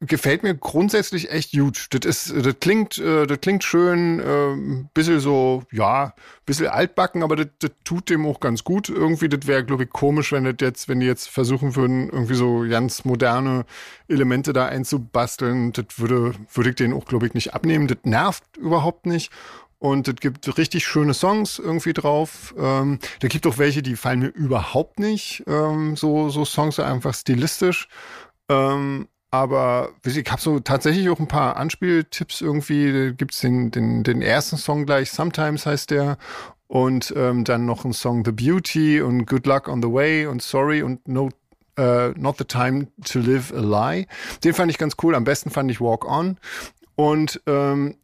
Speaker 2: gefällt mir grundsätzlich echt gut. Das ist, das klingt, äh, das klingt schön, äh, ein bisschen so, ja, ein bisschen altbacken, aber das, das tut dem auch ganz gut. Irgendwie, das wäre, glaube ich, komisch, wenn das jetzt, wenn die jetzt versuchen würden, irgendwie so ganz moderne Elemente da einzubasteln. Das würde, würde ich denen auch, glaube ich, nicht abnehmen. Das nervt überhaupt nicht. Und es gibt richtig schöne Songs irgendwie drauf. Ähm, da gibt auch welche, die fallen mir überhaupt nicht. Ähm, so, so Songs einfach stilistisch. Ähm, aber weiß ich habe so tatsächlich auch ein paar Anspieltipps irgendwie. Da gibt's den, den, den ersten Song gleich, Sometimes heißt der. Und ähm, dann noch ein Song The Beauty und Good Luck on the Way und Sorry und No äh, Not the Time to Live a Lie. Den fand ich ganz cool. Am besten fand ich Walk On. Und ähm,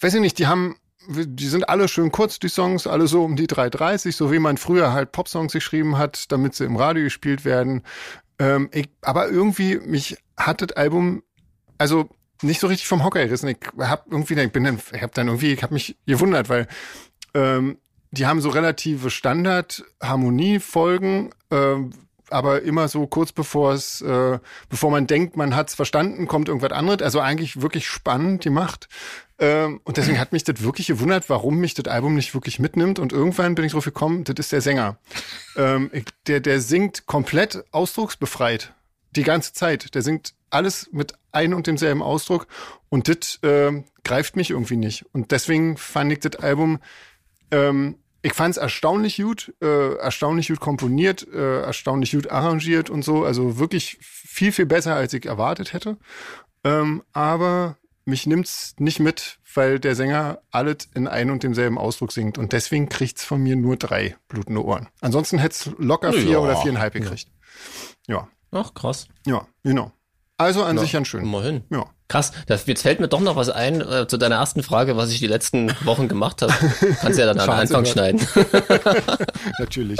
Speaker 2: weiß ich nicht, die haben, die sind alle schön kurz, die Songs, alle so um die 3,30, so wie man früher halt Popsongs geschrieben hat, damit sie im Radio gespielt werden. Ähm, ich, aber irgendwie, mich hat das Album, also nicht so richtig vom Hocker gerissen. Ich hab irgendwie, ich bin dann, ich hab dann irgendwie, ich hab mich gewundert, weil ähm, die haben so relative Standard-Harmoniefolgen, ähm, aber immer so kurz bevor es, äh, bevor man denkt, man hat's verstanden, kommt irgendwas anderes. Also eigentlich wirklich spannend gemacht. Ähm, und deswegen hat mich das wirklich gewundert, warum mich das Album nicht wirklich mitnimmt. Und irgendwann bin ich drauf gekommen, das ist der Sänger. Ähm, ich, der, der singt komplett ausdrucksbefreit. Die ganze Zeit. Der singt alles mit einem und demselben Ausdruck. Und das ähm, greift mich irgendwie nicht. Und deswegen fand ich das Album, ähm, ich fand es erstaunlich gut, äh, erstaunlich gut komponiert, äh, erstaunlich gut arrangiert und so. Also wirklich viel, viel besser, als ich erwartet hätte. Ähm, aber mich nimmt's nicht mit, weil der Sänger alles in einem und demselben Ausdruck singt. Und deswegen kriegt's von mir nur drei blutende Ohren. Ansonsten hätt's locker vier
Speaker 1: Ja.
Speaker 2: oder viereinhalb gekriegt. Ja,
Speaker 1: Ach, krass.
Speaker 2: ja, genau. Also an sich ein schön.
Speaker 1: Immerhin.
Speaker 2: Ja.
Speaker 1: Krass, das, jetzt fällt mir doch noch was ein äh, zu deiner ersten Frage, was ich die letzten Wochen gemacht habe. Kannst ja dann an den
Speaker 2: Wahnsinn,
Speaker 1: Anfang
Speaker 2: ja.
Speaker 1: schneiden.
Speaker 2: Natürlich.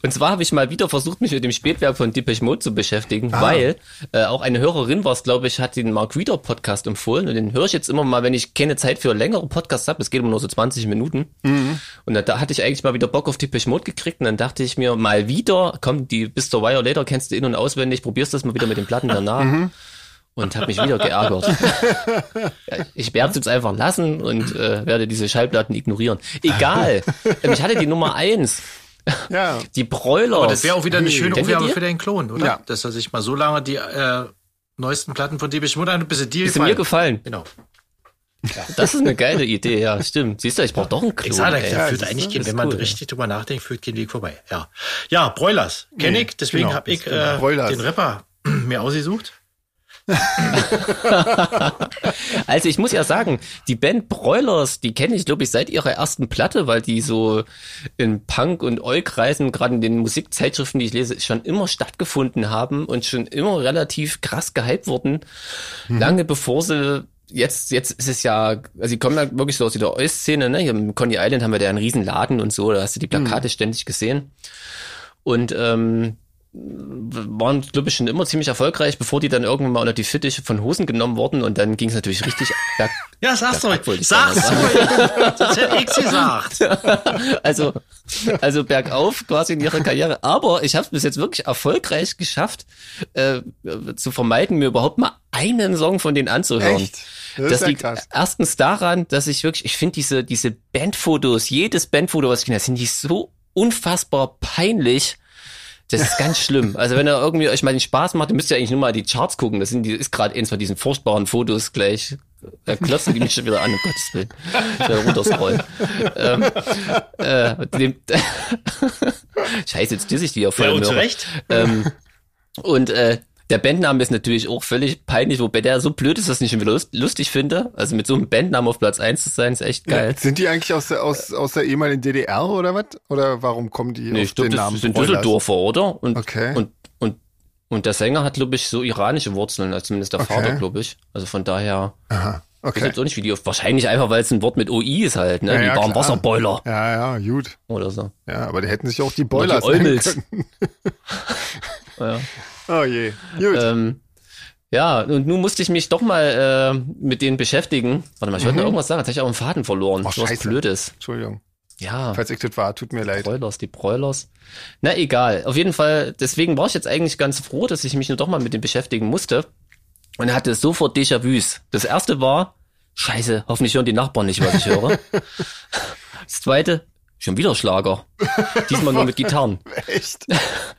Speaker 1: Und zwar habe ich mal wieder versucht, mich mit dem Spätwerk von Depeche Mode zu beschäftigen, weil äh, auch eine Hörerin war es, glaube ich, hat den Mark Reader Podcast empfohlen und den höre ich jetzt immer mal, wenn ich keine Zeit für längere Podcasts habe. Es geht immer nur so 20 Minuten. Und da, da hatte ich eigentlich mal wieder Bock auf Depeche Mode gekriegt und dann dachte ich mir mal wieder, komm, die bis zur Wire Later kennst du in- und auswendig, probierst das mal wieder mit den Platten danach. Und habe mich wieder geärgert. Ja, ich werde es jetzt einfach lassen und äh, werde diese Schallplatten ignorieren. Egal. Ähm, ich hatte die Nummer eins.
Speaker 2: Ja.
Speaker 1: Die Broilers.
Speaker 3: Aber das wäre auch wieder eine schöne
Speaker 1: Kennt ihr
Speaker 3: Aufgabe
Speaker 1: die?
Speaker 3: für den Klon, oder?
Speaker 2: Ja.
Speaker 3: Dass er sich mal so lange die äh, neuesten Platten von Deepish Mutter ein bisschen dir
Speaker 1: Ist mir gefallen.
Speaker 3: Genau.
Speaker 1: Das ist eine geile Idee, ja, stimmt. Siehst du, ich brauch doch einen Klon.
Speaker 3: Ich sage,
Speaker 1: ey.
Speaker 3: da führt
Speaker 2: das
Speaker 3: eigentlich,
Speaker 1: ist-
Speaker 3: kein,
Speaker 1: ist
Speaker 3: wenn man
Speaker 1: cool, ja.
Speaker 3: richtig drüber nachdenkt, führt kein Weg vorbei. Ja, ja Broilers kenne
Speaker 2: Nee,
Speaker 3: ich, deswegen
Speaker 2: genau,
Speaker 3: habe ich
Speaker 2: das ist
Speaker 3: äh,
Speaker 2: Broilers.
Speaker 3: den Rapper mir ausgesucht.
Speaker 1: Also ich muss ja sagen, die Band Broilers, die kenne ich, glaube ich, seit ihrer ersten Platte, weil die so in Punk- und Oi-Kreisen, gerade in den Musikzeitschriften, die ich lese, schon immer stattgefunden haben und schon immer relativ krass gehypt wurden. Lange bevor sie jetzt, jetzt ist es ja, also sie kommen ja wirklich so aus dieser Oi-Szene, ne? Hier im Coney Island haben wir da einen riesen Laden und so, da hast du die Plakate ständig gesehen. Und ähm, waren, glaube ich, schon immer ziemlich erfolgreich, bevor die dann irgendwann mal unter die Fittiche von Hosen genommen wurden und dann ging es natürlich richtig berg,
Speaker 3: Ja, sag's doch.
Speaker 1: wollte ich
Speaker 3: Sag's doch. Das hätte ich gesagt.
Speaker 1: also, also bergauf quasi in ihrer Karriere. Aber ich habe es bis jetzt wirklich erfolgreich geschafft, äh, zu vermeiden, mir überhaupt mal einen Song von denen anzuhören.
Speaker 2: Echt? Das ist
Speaker 1: Das,
Speaker 2: ja
Speaker 1: liegt
Speaker 2: krass.
Speaker 1: erstens daran, dass ich wirklich, ich finde diese, diese Bandfotos, jedes Bandfoto, was ich kenne, sind die so unfassbar peinlich. Das ist ganz schlimm. Also wenn ihr irgendwie euch mal den Spaß macht, dann müsst ihr eigentlich nur mal die Charts gucken. Das sind die, ist gerade eins von diesen furchtbaren Fotos gleich. Da klotzen die mich schon wieder an, um Gottes Willen. Ich werde runterscrollen. ähm, äh, dem, Scheiße, jetzt diss ich die ja voll.
Speaker 3: Ja,
Speaker 1: im
Speaker 3: und zu
Speaker 1: Hörer.
Speaker 3: Recht.
Speaker 1: Ähm, und äh, der Bandname ist natürlich auch völlig peinlich, wobei der so blöd ist, dass ich ihn lust, lustig finde. Also mit so einem Bandnamen auf Platz 1 zu sein, ist echt geil.
Speaker 2: Sind die eigentlich aus der, aus, aus der ehemaligen DDR oder was? Oder warum kommen die
Speaker 1: nee,
Speaker 2: auf
Speaker 1: ich glaube,
Speaker 2: den
Speaker 1: das
Speaker 2: Namen?
Speaker 1: sind
Speaker 2: Broilers?
Speaker 1: Düsseldorfer, oder? Und,
Speaker 2: Okay.
Speaker 1: und, und, und der Sänger hat, glaube ich, so iranische Wurzeln, also zumindest der
Speaker 2: Okay.
Speaker 1: Vater, glaube ich. Also von daher,
Speaker 2: Aha.
Speaker 1: ich weiß
Speaker 2: Okay.
Speaker 1: jetzt auch nicht, wie die auf, wahrscheinlich einfach, weil es ein Wort mit OI ist halt, ne?
Speaker 2: Ja,
Speaker 1: die
Speaker 2: ja,
Speaker 1: waren
Speaker 2: klar.
Speaker 1: Wasserboiler
Speaker 2: Ja, ja, gut.
Speaker 1: oder so.
Speaker 2: Ja, aber die hätten sich auch die Boilers
Speaker 1: Oder die
Speaker 2: nennen
Speaker 1: Eumels.
Speaker 2: können.
Speaker 1: Ja.
Speaker 2: Oh je. Gut.
Speaker 1: Ähm, ja, und nun musste ich mich doch mal äh, mit denen beschäftigen. Warte mal, ich wollte noch irgendwas sagen, jetzt habe ich auch einen Faden verloren.
Speaker 2: Mhm. Ach,
Speaker 1: so was
Speaker 2: scheiße.
Speaker 1: Blödes.
Speaker 2: Entschuldigung.
Speaker 1: Ja,
Speaker 2: Falls ich das war, tut mir leid.
Speaker 1: Broilers, die Broilers. Na egal, auf jeden Fall, deswegen war ich jetzt eigentlich ganz froh, dass ich mich nur doch mal mit dem beschäftigen musste. Und hatte sofort Déjà-vus. Das erste war, scheiße, hoffentlich hören die Nachbarn nicht, was ich höre. Das zweite, schon wieder Schlager. Diesmal nur mit Gitarren.
Speaker 2: Echt?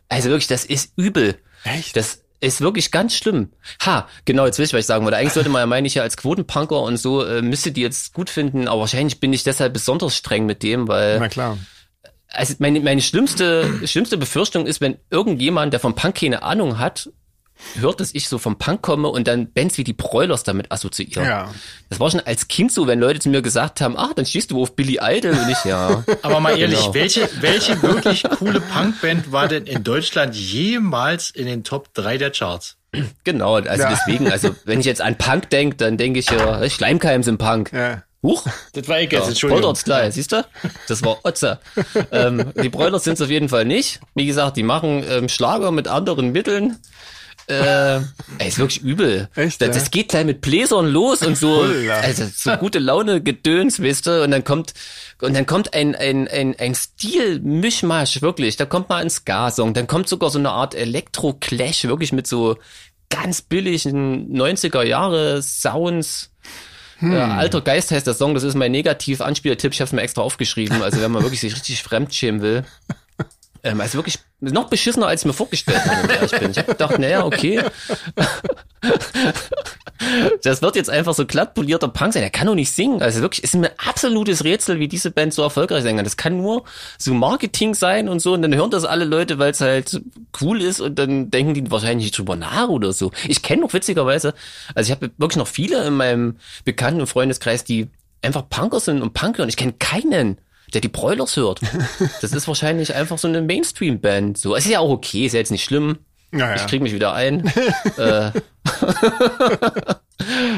Speaker 1: Also wirklich, das ist übel.
Speaker 2: Echt?
Speaker 1: Das ist wirklich ganz schlimm. Ha, genau, jetzt will ich, was ich sagen wollte. Eigentlich sollte man ja meinen, ich ja als Quotenpunker und so äh, müsste die jetzt gut finden, aber wahrscheinlich bin ich deshalb besonders streng mit dem, weil
Speaker 2: Na klar.
Speaker 1: also meine, meine schlimmste, schlimmste Befürchtung ist, wenn irgendjemand, der vom Punk keine Ahnung hat, hört, dass ich so vom Punk komme und dann Bands wie die Broilers damit assoziieren.
Speaker 2: Ja.
Speaker 1: Das war schon als Kind so, wenn Leute zu mir gesagt haben, ach, dann stehst du auf Billy Idol und ich, ja.
Speaker 3: Aber mal ehrlich,
Speaker 1: Genau.
Speaker 3: welche, welche wirklich coole Punkband war denn in Deutschland jemals in den Top 3 der Charts?
Speaker 1: Genau, also
Speaker 2: Ja.
Speaker 1: deswegen, also wenn ich jetzt an Punk denke, dann denke ich ja, Schleimkeim sind Punk.
Speaker 2: Ja.
Speaker 1: Huch,
Speaker 3: Das war ich jetzt, Entschuldigung.
Speaker 1: Polterts gleich, siehst du? Das war Otze. ähm, die Broilers sind es auf jeden Fall nicht. Wie gesagt, die machen ähm, Schlager mit anderen Mitteln. Äh, ey, ist wirklich übel.
Speaker 2: Echt,
Speaker 1: das,
Speaker 2: ja?
Speaker 1: das geht gleich mit Bläsern los und so.
Speaker 2: Holla.
Speaker 1: Also so gute Laune Gedöns, weißt du? Und dann kommt und dann kommt ein ein ein, ein Stil-Mischmasch wirklich. Da kommt mal ein Ska-Song, dann kommt sogar so eine Art Elektro-Clash wirklich mit so ganz billigen 90er Jahre Sounds. Ja, Alter Geist heißt der Song, das ist mein Negativ-Anspielertipp, ich habe es mir extra aufgeschrieben, also wenn man wirklich sich richtig fremdschämen will. Ähm, also wirklich noch beschissener, als ich mir vorgestellt habe, wenn ich ehrlich bin. Ich habe gedacht, naja, okay. Das wird jetzt einfach so glatt polierter Punk sein. Der kann doch nicht singen. Also wirklich, ist mir ein absolutes Rätsel, wie diese Band so erfolgreich sein kann. Das kann nur so Marketing sein und so. Und dann hören das alle Leute, weil es halt cool ist. Und dann denken die wahrscheinlich nicht drüber nach oder so. Ich kenne noch witzigerweise, also ich habe wirklich noch viele in meinem Bekannten- und Freundeskreis, die einfach Punker sind und Punk hören. Ich kenne keinen der die Broilers hört. Das ist wahrscheinlich einfach so eine Mainstream-Band. So, es ist ja auch okay, ist ja jetzt nicht schlimm.
Speaker 2: Naja.
Speaker 1: Ich krieg mich wieder ein. äh,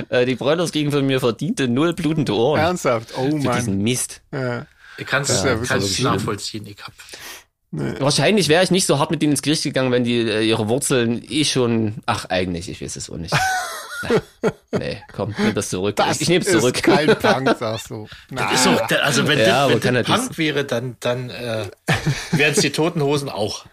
Speaker 1: äh, die Broilers kriegen von mir verdiente null blutende Ohren
Speaker 2: Ernsthaft. Oh
Speaker 1: für
Speaker 2: Mann.
Speaker 1: diesen Mist.
Speaker 2: Ja.
Speaker 3: Ich kann
Speaker 2: Das
Speaker 3: es
Speaker 2: ist ja wirklich
Speaker 1: schlimm.
Speaker 3: nachvollziehen. Ich hab.
Speaker 1: Wahrscheinlich wäre ich nicht so hart mit denen ins Gericht gegangen, wenn die äh, ihre Wurzeln eh schon. Ach, eigentlich, ich weiß es auch nicht. Na, nee, komm, nimm das zurück.
Speaker 2: Das
Speaker 1: ich ich nehme es zurück.
Speaker 2: ist kein Punk, sagst du. Na,
Speaker 3: Ist auch, also wenn
Speaker 1: Ja, aber
Speaker 3: das,
Speaker 1: kann
Speaker 3: wenn das
Speaker 1: natürlich-
Speaker 3: Punk wäre, dann, dann äh, wären es die Toten Hosen auch.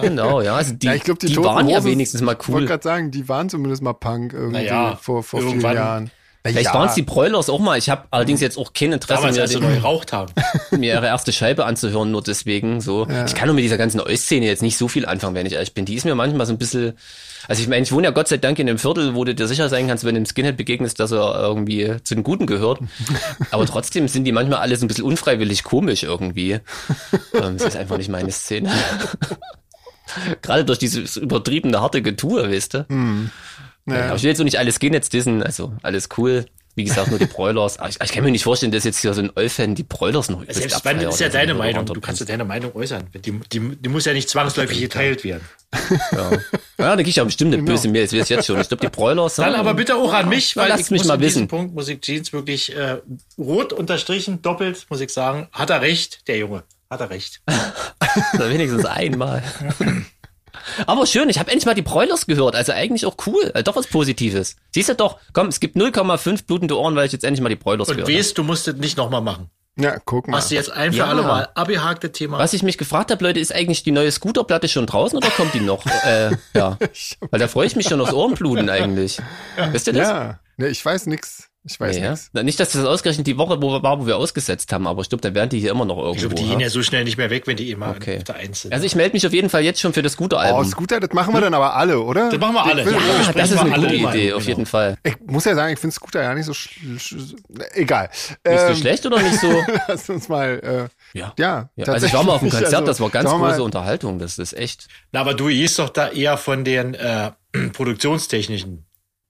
Speaker 1: Genau, ja. Also die,
Speaker 2: ja, ich glaube, die,
Speaker 1: die,
Speaker 2: Toten
Speaker 1: waren ja
Speaker 2: Hosen-
Speaker 1: wenigstens mal
Speaker 2: Ich wollte
Speaker 1: cool.
Speaker 2: gerade sagen, die waren zumindest mal Punk irgendwie
Speaker 3: Naja,
Speaker 2: vor, vor vielen
Speaker 3: irgendwann.
Speaker 2: Jahren.
Speaker 1: Vielleicht waren es die Broilers auch mal. Ich habe
Speaker 2: Mhm.
Speaker 1: allerdings jetzt auch kein Interesse
Speaker 3: Damals,
Speaker 1: mehr.
Speaker 3: als sie
Speaker 1: den-
Speaker 3: neu geraucht haben.
Speaker 1: mir ihre erste Scheibe anzuhören, nur deswegen so. Ich kann nur mit dieser ganzen Euszene jetzt nicht so viel anfangen, wenn ich ehrlich bin. Die ist mir manchmal so ein bisschen, also ich meine, ich wohne ja Gott sei Dank in einem Viertel, wo du dir sicher sein kannst, wenn du einem Skinhead begegnest, dass er irgendwie zu den Guten gehört. Aber trotzdem sind die manchmal alle so ein bisschen unfreiwillig komisch irgendwie. Ähm, das ist einfach nicht meine Szene. Gerade durch dieses übertriebene harte Getue, weißt du? Ja. Aber ich will jetzt so nicht alles gehen jetzt dissen, also alles cool. Wie gesagt, nur die Broilers. Aber Ich, ich kann mir nicht vorstellen, dass jetzt hier so ein Eulfan die Broilers noch übelst
Speaker 3: Selbst wenn,
Speaker 1: abfeiert.
Speaker 3: ist ja
Speaker 1: Also,
Speaker 3: deine
Speaker 1: wenn du
Speaker 3: Meinung.
Speaker 1: dort
Speaker 3: Du kannst ja
Speaker 1: bist.
Speaker 3: deine Meinung äußern. Die, die, die muss ja nicht zwangsläufig geteilt werden.
Speaker 1: Ja, ja da krieg ich ja bestimmt eine böse Mail, das will ich jetzt schon. Ich glaube, die Broilers...
Speaker 3: Dann
Speaker 1: ja,
Speaker 3: aber bitte auch an mich,
Speaker 1: Ja,
Speaker 3: weil
Speaker 1: lass
Speaker 3: ich
Speaker 1: mich
Speaker 3: muss
Speaker 1: mal
Speaker 3: an diesem
Speaker 1: wissen.
Speaker 3: Punkt muss ich Jeans wirklich äh, rot unterstrichen, doppelt, muss ich sagen. Hat er recht, der Junge. Hat er recht.
Speaker 1: Oder wenigstens einmal. Aber schön, ich habe endlich mal die Broilers gehört. Also eigentlich auch cool. Also doch was Positives. Siehst du doch, komm, es gibt 0,5 blutende Ohren, weil ich jetzt endlich mal die Broilers
Speaker 3: Und
Speaker 1: gehört habe.
Speaker 3: weißt, du musst das nicht nochmal machen.
Speaker 2: Ja, guck mal.
Speaker 3: Hast du jetzt ein für
Speaker 1: Ja.
Speaker 3: alle Mal abgehakte Thema.
Speaker 1: Was ich mich gefragt habe, Leute, ist eigentlich die neue Scooterplatte schon draußen oder kommt die noch? äh, ja. Weil da freue ich mich schon aufs Ohrenbluten eigentlich. Wisst ihr das?
Speaker 2: Ja, ne, ich weiß nix. Ich weiß
Speaker 1: Ja.
Speaker 2: nix.
Speaker 1: Na, Nicht, dass das ausgerechnet die Woche wo wir, war, wo wir ausgesetzt haben, aber ich glaube, da wären die hier immer noch
Speaker 3: Ich
Speaker 1: irgendwo.
Speaker 3: glaube, die
Speaker 1: ja?
Speaker 3: gehen ja so schnell nicht mehr weg, wenn die immer
Speaker 1: Okay.
Speaker 3: auf der Eins sind.
Speaker 1: Also ich melde mich auf jeden Fall jetzt schon für das gute
Speaker 2: Oh,
Speaker 1: Album.
Speaker 2: Scooter, das machen wir dann aber alle, oder?
Speaker 3: hm? das machen wir alle.
Speaker 2: Ich, will,
Speaker 1: ah, das
Speaker 3: Sprechen
Speaker 1: ist
Speaker 3: wir
Speaker 1: eine
Speaker 3: alle
Speaker 1: gute
Speaker 3: immer
Speaker 1: Idee,
Speaker 3: an,
Speaker 1: auf
Speaker 3: genau.
Speaker 1: jeden Fall.
Speaker 2: ich muss ja sagen, ich finde Scooter ja nicht so schl- schl- egal.
Speaker 1: Nicht so
Speaker 2: Ähm,
Speaker 1: schlecht oder nicht so?
Speaker 2: Lass uns mal. Äh,
Speaker 1: Ja.
Speaker 2: ja,
Speaker 1: Ja, also ich war mal auf einem
Speaker 2: tatsächlich,
Speaker 1: Konzert, das war ganz
Speaker 2: sagen wir mal,
Speaker 1: große Unterhaltung, das ist echt.
Speaker 3: Na, aber du gehst doch da eher von den äh, produktionstechnischen.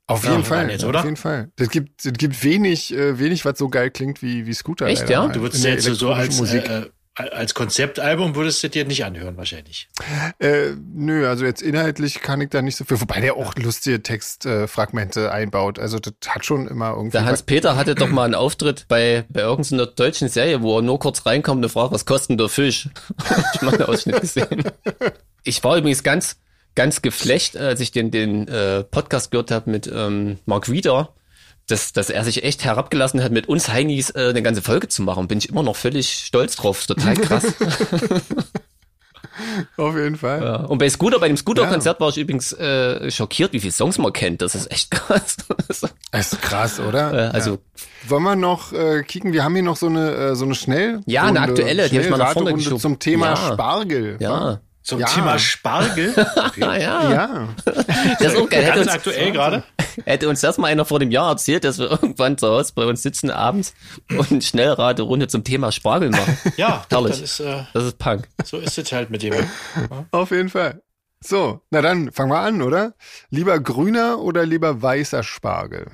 Speaker 2: Auf jeden
Speaker 3: Ja,
Speaker 2: Fall,
Speaker 3: waren jetzt,
Speaker 2: auf
Speaker 3: oder?
Speaker 2: jeden Fall. Das gibt, das gibt wenig, äh, wenig, was so geil klingt wie, wie Scooter.
Speaker 1: Echt,
Speaker 2: leider
Speaker 1: ja?
Speaker 2: mal.
Speaker 3: Du würdest
Speaker 2: In der
Speaker 3: jetzt so- so als,
Speaker 2: elektronischen Musik.
Speaker 3: äh, äh, als Konzeptalbum würdest du dir nicht anhören, wahrscheinlich.
Speaker 2: Äh, nö, also jetzt inhaltlich kann ich da nicht so viel, wobei der auch lustige Textfragmente äh, Fragmente einbaut. Also das hat schon immer irgendwie.
Speaker 1: Der Hans-Peter hatte doch mal einen Auftritt bei, bei irgendeiner deutschen Serie, wo er nur kurz reinkommt und fragt, was kostet denn der Fisch? Hab ich mal einen Ausschnitt gesehen. Ich war übrigens ganz, ganz geflecht, als ich den, den äh, Podcast gehört habe mit ähm, Mark Wieder, dass, dass er sich echt herabgelassen hat, mit uns Heinis äh, eine ganze Folge zu machen. Bin ich immer noch völlig stolz drauf. Total krass.
Speaker 2: auf jeden Fall.
Speaker 3: Äh.
Speaker 1: ja. Und bei Scooter, bei dem Scooter-Konzert war ich übrigens äh, schockiert, wie viele Songs man kennt. Das ist echt krass.
Speaker 2: Das ist krass, oder?
Speaker 1: äh, also
Speaker 2: Wollen wir noch äh, kicken? Wir haben hier noch so eine, äh, so eine schnell.
Speaker 1: Ja, eine aktuelle, die hab ich mal nach vorne
Speaker 2: Schnellraterunde
Speaker 1: geschoben.
Speaker 2: Zum Thema
Speaker 1: Ja.
Speaker 2: Spargel. wa?
Speaker 1: Ja.
Speaker 3: Zum
Speaker 2: Ja.
Speaker 3: Thema Spargel.
Speaker 1: Ah, ja.
Speaker 2: Ja.
Speaker 1: Das ist auch geil. Hätte
Speaker 3: Ganz
Speaker 1: uns,
Speaker 3: aktuell gerade.
Speaker 1: hätte uns das mal einer vor dem Jahr erzählt, dass wir irgendwann zu Hause bei uns sitzen abends und eine Schnellraterunde zum Thema Spargel machen.
Speaker 3: Ja,
Speaker 1: Herrlich.
Speaker 3: das ist, äh,
Speaker 1: Das ist Punk.
Speaker 3: so ist es halt mit dem.
Speaker 2: Auf jeden Fall. So, na dann fangen wir an, oder? Lieber grüner oder lieber weißer Spargel?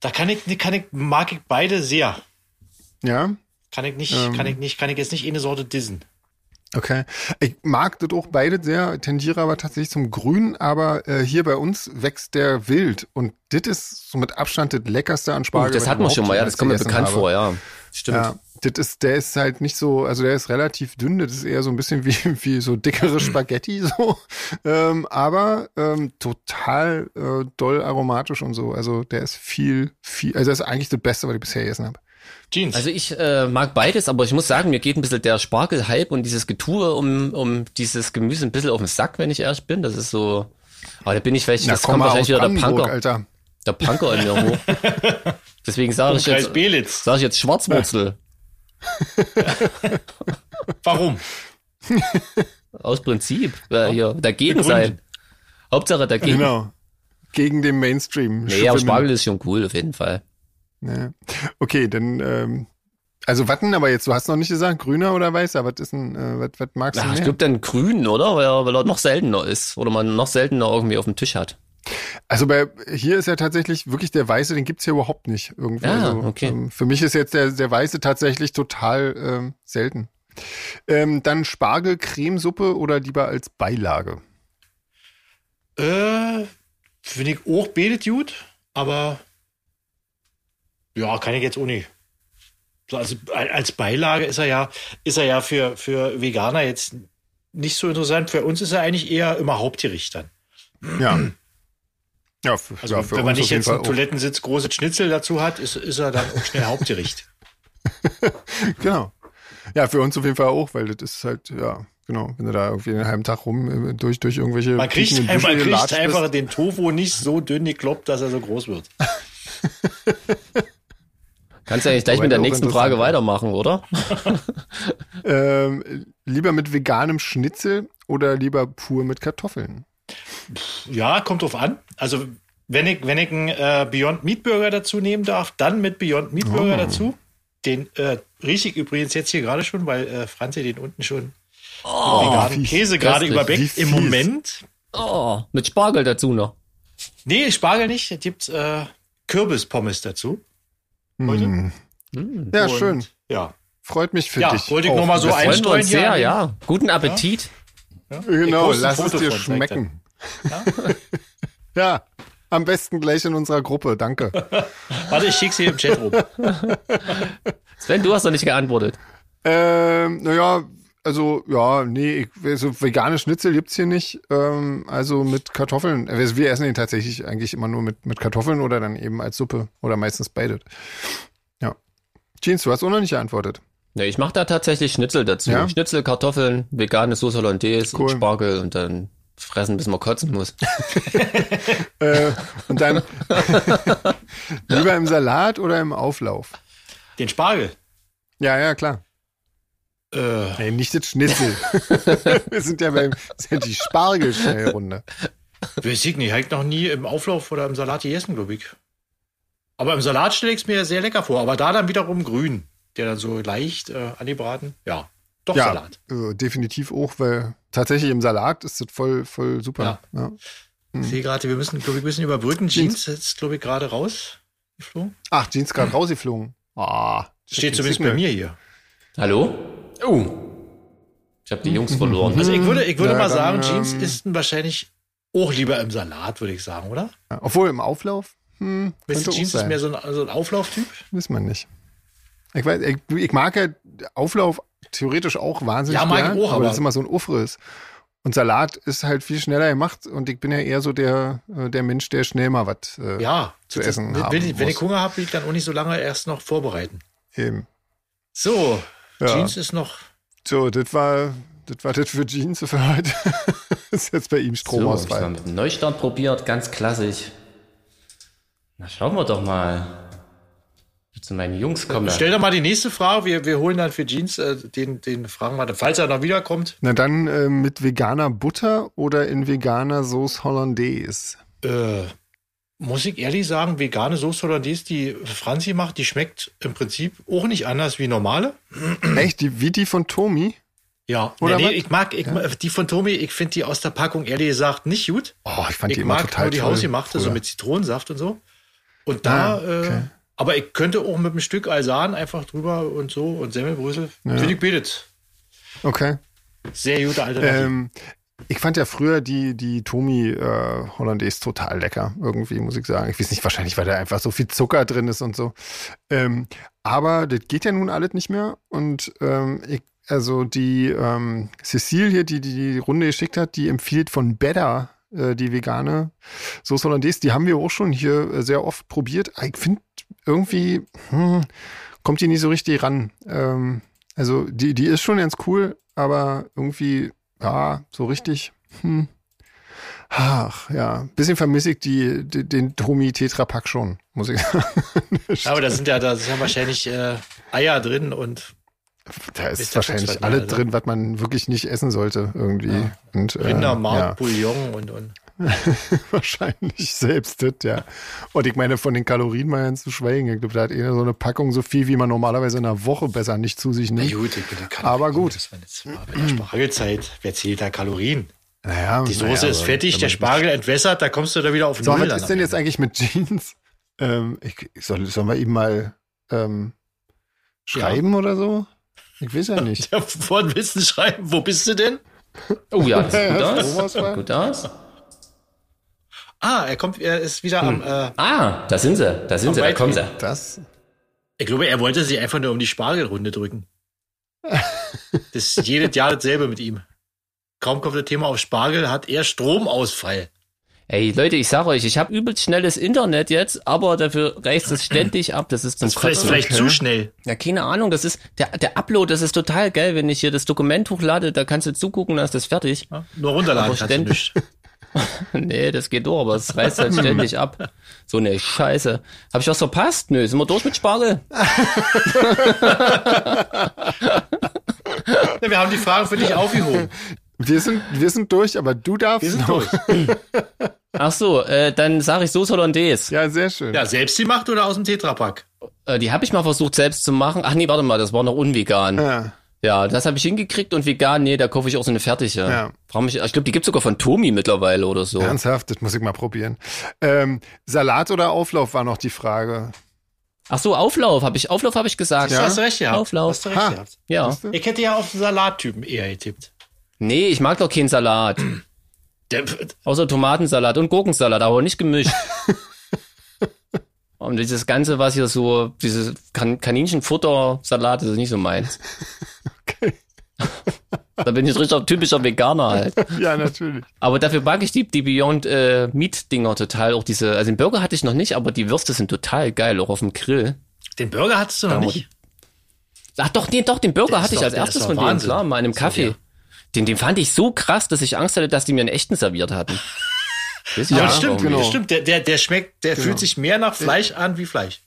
Speaker 3: Da kann ich, kann ich, mag ich beide sehr.
Speaker 2: Ja.
Speaker 3: Kann ich nicht,
Speaker 2: Ähm.
Speaker 3: kann ich nicht, kann ich jetzt nicht eine Sorte dissen.
Speaker 2: Okay. Ich mag das auch beide sehr, tendiere aber tatsächlich zum Grün, aber äh, hier bei uns wächst der wild und das ist so mit Abstand das leckerste an
Speaker 1: Uh,
Speaker 2: Spargel.
Speaker 1: das
Speaker 2: was ich
Speaker 1: hatten wir schon
Speaker 2: überhaupt
Speaker 1: mal, ja,
Speaker 2: jemals
Speaker 1: das kommt mir
Speaker 2: gegessen
Speaker 1: bekannt
Speaker 2: habe.
Speaker 1: vor, ja. Stimmt.
Speaker 2: Ja, das ist, der ist halt nicht so, also der ist relativ dünn, das ist eher so ein bisschen wie, wie so dickere Spaghetti, so. Ähm, aber ähm, total äh, doll aromatisch und so. Also der ist viel, viel, also das ist eigentlich das Beste, was ich bisher gegessen habe.
Speaker 3: Jeans.
Speaker 1: Also ich äh, mag beides, aber ich muss sagen, mir geht ein bisschen der Spargel-Hype und dieses Getue um, um dieses Gemüse ein bisschen auf den Sack, wenn ich ehrlich bin. Das ist so. Aber da bin ich vielleicht, das kommt wahrscheinlich wieder der Punker,
Speaker 2: Alter.
Speaker 1: der Punker in mir hoch. Deswegen sage ich
Speaker 3: Kreis
Speaker 1: jetzt,
Speaker 3: Belitz.
Speaker 1: sage ich jetzt Schwarzwurzel.
Speaker 3: Warum?
Speaker 1: Aus Prinzip. Äh, hier, dagegen
Speaker 3: Begründet.
Speaker 1: sein. Hauptsache dagegen.
Speaker 2: Genau. gegen den Mainstream.
Speaker 1: Nee, aber
Speaker 2: schwimmen.
Speaker 1: Spargel ist schon cool, auf jeden Fall.
Speaker 2: Ja. Okay, dann, ähm, also Watten, aber jetzt, du hast noch nicht gesagt, grüner oder weißer, was ist denn, äh, was, was magst du
Speaker 1: Ja, ich
Speaker 2: mehr?
Speaker 1: glaube dann grün, oder? Weil, er- weil er noch seltener ist. Oder man noch seltener irgendwie auf dem Tisch hat.
Speaker 2: Also bei, hier ist ja tatsächlich wirklich der Weiße, den gibt's hier überhaupt nicht irgendwo.
Speaker 1: Ah,
Speaker 2: also,
Speaker 1: okay.
Speaker 2: ähm, für mich ist jetzt der, der Weiße tatsächlich total ähm, selten. Ähm, dann Spargel, Cremesuppe oder lieber als Beilage?
Speaker 3: Äh, finde ich auch betet gut, aber ja, kann ich jetzt auch nicht. So, Also al- als Beilage ist er ja, ist er ja für, für Veganer jetzt nicht so interessant. Für uns ist er eigentlich eher immer Hauptgericht dann.
Speaker 2: Ja. Ja, für,
Speaker 3: Also
Speaker 2: ja, für
Speaker 3: wenn man
Speaker 2: uns
Speaker 3: nicht
Speaker 2: auf jeden
Speaker 3: jetzt
Speaker 2: Fall
Speaker 3: einen
Speaker 2: auch.
Speaker 3: Toilettensitz großes Schnitzel dazu hat, ist, ist er dann auch schnell Hauptgericht.
Speaker 2: Genau. Ja, für uns auf jeden Fall auch, weil das ist halt, ja, genau, wenn du da irgendwie einen halben Tag rum äh, durch, durch irgendwelche
Speaker 3: Man kriegt,
Speaker 2: piekenden Büsche
Speaker 3: man kriegt
Speaker 2: gelatscht bist.
Speaker 3: einfach den Tofu nicht so dünn gekloppt, dass er so groß wird.
Speaker 1: Kannst du eigentlich gleich
Speaker 2: Wobei
Speaker 1: mit der
Speaker 2: auch
Speaker 1: nächsten
Speaker 2: interessant,
Speaker 1: Frage
Speaker 2: ja.
Speaker 1: weitermachen, oder?
Speaker 2: Ähm, lieber mit veganem Schnitzel oder lieber pur mit Kartoffeln?
Speaker 3: Ja, kommt drauf an. Also, wenn ich, wenn ich einen äh, Beyond Meat Burger dazu nehmen darf, dann mit Beyond Meat
Speaker 1: Oh.
Speaker 3: Burger dazu. Den äh, rieche ich übrigens jetzt hier gerade schon, weil äh, Franzi den unten schon oh, veganen
Speaker 2: fies.
Speaker 3: Käse gerade
Speaker 1: Köstlich.
Speaker 2: Wie
Speaker 3: überbeckt.
Speaker 2: fies.
Speaker 3: Im Moment.
Speaker 1: Oh, mit Spargel dazu noch.
Speaker 3: Nee, Spargel nicht. Es gibt äh, Kürbispommes dazu. Heute?
Speaker 2: Ja,
Speaker 3: Und,
Speaker 2: schön.
Speaker 3: Ja.
Speaker 2: Freut mich für
Speaker 3: Ja,
Speaker 2: dich.
Speaker 3: wollte ich
Speaker 2: auch.
Speaker 3: noch mal so
Speaker 2: Das-
Speaker 1: Freuen Oh, wir
Speaker 3: Einstreuen
Speaker 1: uns
Speaker 3: hier
Speaker 1: sehr,
Speaker 3: an den-
Speaker 1: ja. Guten Appetit.
Speaker 2: Genau,
Speaker 3: poste ein
Speaker 2: lass es
Speaker 3: Foto
Speaker 2: dir
Speaker 3: von,
Speaker 2: schmecken. Ja? am besten gleich in unserer Gruppe, danke.
Speaker 3: Warte, ich schicke sie im Chat rum.
Speaker 1: Sven, du hast noch nicht geantwortet.
Speaker 2: ähm, naja, also, ja, nee, ich, also vegane Schnitzel gibt's hier nicht. Ähm, also mit Kartoffeln. Also wir essen den tatsächlich eigentlich immer nur mit, mit Kartoffeln oder dann eben als Suppe oder meistens beides. Ja. Jeans, du hast auch noch nicht geantwortet.
Speaker 1: Ne, ich mache da tatsächlich Schnitzel dazu.
Speaker 2: Ja?
Speaker 1: Schnitzel, Kartoffeln, vegane Soße Hollandaise
Speaker 2: Cool.
Speaker 1: und Spargel und dann fressen, bis man kotzen muss.
Speaker 2: Äh, und dann lieber im Salat oder im Auflauf?
Speaker 3: Den Spargel.
Speaker 2: Ja, ja, klar.
Speaker 3: Äh,
Speaker 2: Nee, nicht das Schnitzel. wir sind ja beim das ist ja die Spargelschnellrunde.
Speaker 3: Weiß ich nicht, habe ich noch nie im Auflauf oder im Salat gegessen, glaube ich. Aber im Salat stelle ich es mir sehr lecker vor. Aber da dann wiederum grün, der dann so leicht äh, angebraten. Ja, doch
Speaker 2: Ja,
Speaker 3: Salat.
Speaker 2: äh, definitiv auch, weil tatsächlich im Salat ist das voll, voll super. ne? Ja. Mhm.
Speaker 3: Ich sehe gerade, wir müssen, glaube ich, ein bisschen überbrücken. Jeans ist, glaube ich, gerade raus. geflogen.
Speaker 2: Ach, die ist gerade rausgeflogen. Ah,
Speaker 3: Steht zumindest bei mir hier.
Speaker 1: Hallo? Oh. Ich habe die Jungs verloren.
Speaker 3: Also ich würde, ich würde
Speaker 2: Na,
Speaker 3: mal sagen,
Speaker 2: dann,
Speaker 3: Jeans
Speaker 2: ähm,
Speaker 3: ist wahrscheinlich auch lieber im Salat, würde ich sagen, oder?
Speaker 2: Ja, obwohl im Auflauf, hm,
Speaker 3: Weißt
Speaker 2: könnte
Speaker 3: du,
Speaker 2: auch
Speaker 3: Jeans ist
Speaker 2: sein.
Speaker 3: mehr so ein, so ein Auflauftyp.
Speaker 2: Wissen wir nicht. Ich, weiß, ich, ich mag ja Auflauf theoretisch auch wahnsinnig
Speaker 3: Ja, mag ich
Speaker 2: gern,
Speaker 3: auch,
Speaker 2: aber
Speaker 3: aber-
Speaker 2: das ist immer so ein Uffris. Und Salat ist halt viel schneller gemacht und ich bin ja eher so der, äh, der Mensch, der schnell mal was äh,
Speaker 3: Ja,
Speaker 2: Zu
Speaker 3: das-
Speaker 2: essen
Speaker 3: Wenn,
Speaker 2: haben
Speaker 3: wenn ich- wenn ich
Speaker 2: muss.
Speaker 3: Hunger habe, will ich dann auch nicht so lange erst noch vorbereiten.
Speaker 2: eben.
Speaker 3: So,
Speaker 2: Ja.
Speaker 3: Jeans ist noch
Speaker 2: So, das war das war das für Jeans für heute. ist jetzt bei ihm
Speaker 4: So, ich
Speaker 2: Stromausfall.
Speaker 4: mal mit dem Neustart probiert, ganz klassisch. Na, schauen wir doch mal. Zu meinen Jungs kommen.
Speaker 3: Stell doch mal die nächste Frage. Wir, wir holen dann für Jeans äh, den, den fragen wir dann, falls er noch wiederkommt.
Speaker 2: Na dann äh, mit veganer Butter oder in veganer Sauce Hollandaise?
Speaker 3: Äh, muss ich ehrlich sagen, vegane Soße Hollandaise, die Franzi macht, die schmeckt im Prinzip auch nicht anders wie normale.
Speaker 2: Echt, die, wie die von Tomi?
Speaker 3: Ja,
Speaker 2: Oder
Speaker 3: nee,
Speaker 2: was?
Speaker 3: nee, ich mag ich, ma- die von Tommy, ich finde die aus der Packung ehrlich gesagt nicht gut.
Speaker 2: Oh, ich fand
Speaker 3: ich
Speaker 2: die immer
Speaker 3: mag
Speaker 2: total
Speaker 3: nur die
Speaker 2: toll
Speaker 3: hausgemachte, so
Speaker 2: früher. Ah,
Speaker 3: mit Zitronensaft und so. Und da, äh, aber ich könnte auch mit einem Stück Alsan einfach drüber und so und Semmelbrösel. Finde ich betet.
Speaker 2: Okay.
Speaker 3: Sehr gute Alternative.
Speaker 2: Ähm, ich fand ja früher die, die Tomi äh, Hollandaise total lecker, irgendwie, muss ich sagen. Ich weiß nicht, wahrscheinlich, weil da einfach so viel Zucker drin ist und so. Ähm, aber das geht ja nun alles nicht mehr. Und ähm, ich, also die ähm, Cecile hier, die, die die Runde geschickt hat, die empfiehlt von Better äh, die vegane Soße Hollandaise. Die haben wir auch schon hier äh, sehr oft probiert. Aber Ich finde irgendwie, hm, kommt die nicht so richtig ran. Ähm, also die, die ist schon ganz cool, aber irgendwie, ja, so richtig. Hm. Ach, ja. Bisschen vermisse ich die, die, den Tomi Tetrapack schon, muss ich sagen.
Speaker 3: aber da sind ja, da sind ja wahrscheinlich äh, Eier drin und
Speaker 2: Da ist
Speaker 3: Ist das
Speaker 2: wahrscheinlich
Speaker 3: Fuchsfett, ne?
Speaker 2: alles
Speaker 3: Also-
Speaker 2: drin, was man wirklich nicht essen sollte irgendwie. Und, äh,
Speaker 3: Rindermark,
Speaker 2: ja.
Speaker 3: Bouillon und, und
Speaker 2: Wahrscheinlich selbst das, ja. Und ich meine, von den Kalorien mal ganz zu schweigen. Ich glaube, da hat eher so eine Packung so viel, wie man normalerweise in einer Woche besser nicht zu sich nimmt.
Speaker 3: gut, ich bin der Kalorien.
Speaker 2: Aber gut.
Speaker 3: Das war jetzt mal bei der Spargelzeit. Wer zählt da Kalorien?
Speaker 2: Naja,
Speaker 3: Die Soße ist fertig, der Spargel entwässert, da kommst du da wieder auf
Speaker 2: So,
Speaker 3: Null.
Speaker 2: was ist denn jetzt eigentlich mit Jeans? Ähm, ich, ich soll, sollen wir ihm mal ähm, schreiben oder so? Ich weiß ja nicht.
Speaker 3: Ja, vorhin willst du schreiben, wo bist du denn?
Speaker 4: Oh ja, das sieht gut
Speaker 2: Ja,
Speaker 4: aus.
Speaker 2: sowas war-
Speaker 4: Gut aus.
Speaker 3: Ah, er kommt, er ist wieder
Speaker 2: Hm.
Speaker 3: am. Äh,
Speaker 4: Ah, da sind sie, da sind sie, da kommen sie.
Speaker 2: Das,
Speaker 3: ich glaube, er wollte sich einfach nur um die Spargelrunde drücken. das ist jedes Jahr dasselbe mit ihm. Kaum kommt das Thema auf Spargel, hat er Stromausfall.
Speaker 1: Ey, Leute, ich sag euch, ich habe übel schnelles Internet jetzt, aber dafür reißt es ständig ab. Das ist zum
Speaker 3: Das ist vielleicht,
Speaker 1: Kotzen.
Speaker 3: vielleicht
Speaker 2: okay.
Speaker 3: zu schnell.
Speaker 1: Ja, keine Ahnung, das ist, der, der Upload, das ist total geil, wenn ich hier das Dokument hochlade, da kannst du zugucken, dann ist das fertig.
Speaker 3: Ja? Nur runterladen
Speaker 1: Aber
Speaker 3: kannst du
Speaker 1: ständig-
Speaker 3: nicht.
Speaker 1: nee, das geht doch, aber es reißt halt ständig ab. So eine Scheiße. Hab ich was verpasst? Nö, sind wir durch mit Spargel?
Speaker 3: Ja, wir haben die Fragen für dich aufgehoben.
Speaker 2: wir, sind, wir sind durch, aber du darfst
Speaker 3: Wir sind
Speaker 2: noch.
Speaker 3: durch.
Speaker 1: Ach so, äh, dann sage ich Soße Hollandaise.
Speaker 2: Ja, sehr schön.
Speaker 3: Ja, selbst gemacht oder aus dem Tetrapack?
Speaker 1: Äh, die habe ich mal versucht selbst zu machen. Ach nee, warte mal, das war noch unvegan.
Speaker 2: Ja.
Speaker 1: Ja, das habe ich hingekriegt und vegan, nee, da kaufe ich auch so eine fertige.
Speaker 2: Ja.
Speaker 1: Frag mich, ich glaube, die gibt's sogar von Tomi mittlerweile oder so.
Speaker 2: Ernsthaft, das muss ich mal probieren. Ähm, Salat oder Auflauf war noch die Frage.
Speaker 1: Ach so, Auflauf habe ich, Auflauf habe ich gesagt.
Speaker 3: Ja. Hast du recht gehabt.
Speaker 1: Auflauf.
Speaker 3: Hast du recht
Speaker 2: Ha.
Speaker 3: gehabt.
Speaker 1: Ja.
Speaker 3: Ich hätte ja auf den Salattypen eher getippt.
Speaker 1: Nee, ich mag doch keinen Salat.
Speaker 3: Der,
Speaker 1: Außer Tomatensalat und Gurkensalat, aber nicht gemischt. und dieses Ganze, was hier so, dieses kan Kaninchenfutter-Salat, das ist nicht so meins. da bin ich richtig typischer Veganer halt.
Speaker 2: Ja, natürlich.
Speaker 1: Aber dafür mag ich die, die Beyond äh, Meat-Dinger total. Auch diese, also den Burger hatte ich noch nicht, aber die Würste sind total geil, auch auf dem Grill.
Speaker 3: den Burger hattest du noch
Speaker 1: Damals-
Speaker 3: nicht.
Speaker 1: Ach doch, nee, doch, den Burger
Speaker 3: Der ist
Speaker 1: hatte ich
Speaker 3: doch-
Speaker 1: als
Speaker 3: der ist
Speaker 1: erstes
Speaker 3: doch
Speaker 1: von denen,
Speaker 3: Wahnsinn.
Speaker 1: klar, in meinem
Speaker 3: So, ja.
Speaker 1: Kaffee. Den, den fand ich so krass, dass ich Angst hatte, dass die mir einen echten serviert hatten. Weiß ich
Speaker 3: Ja, Genau.
Speaker 1: auch
Speaker 3: das stimmt,
Speaker 1: warum.
Speaker 2: genau.
Speaker 3: das stimmt. Der, der, der schmeckt, der fühlt sich mehr nach Fleisch an wie Fleisch.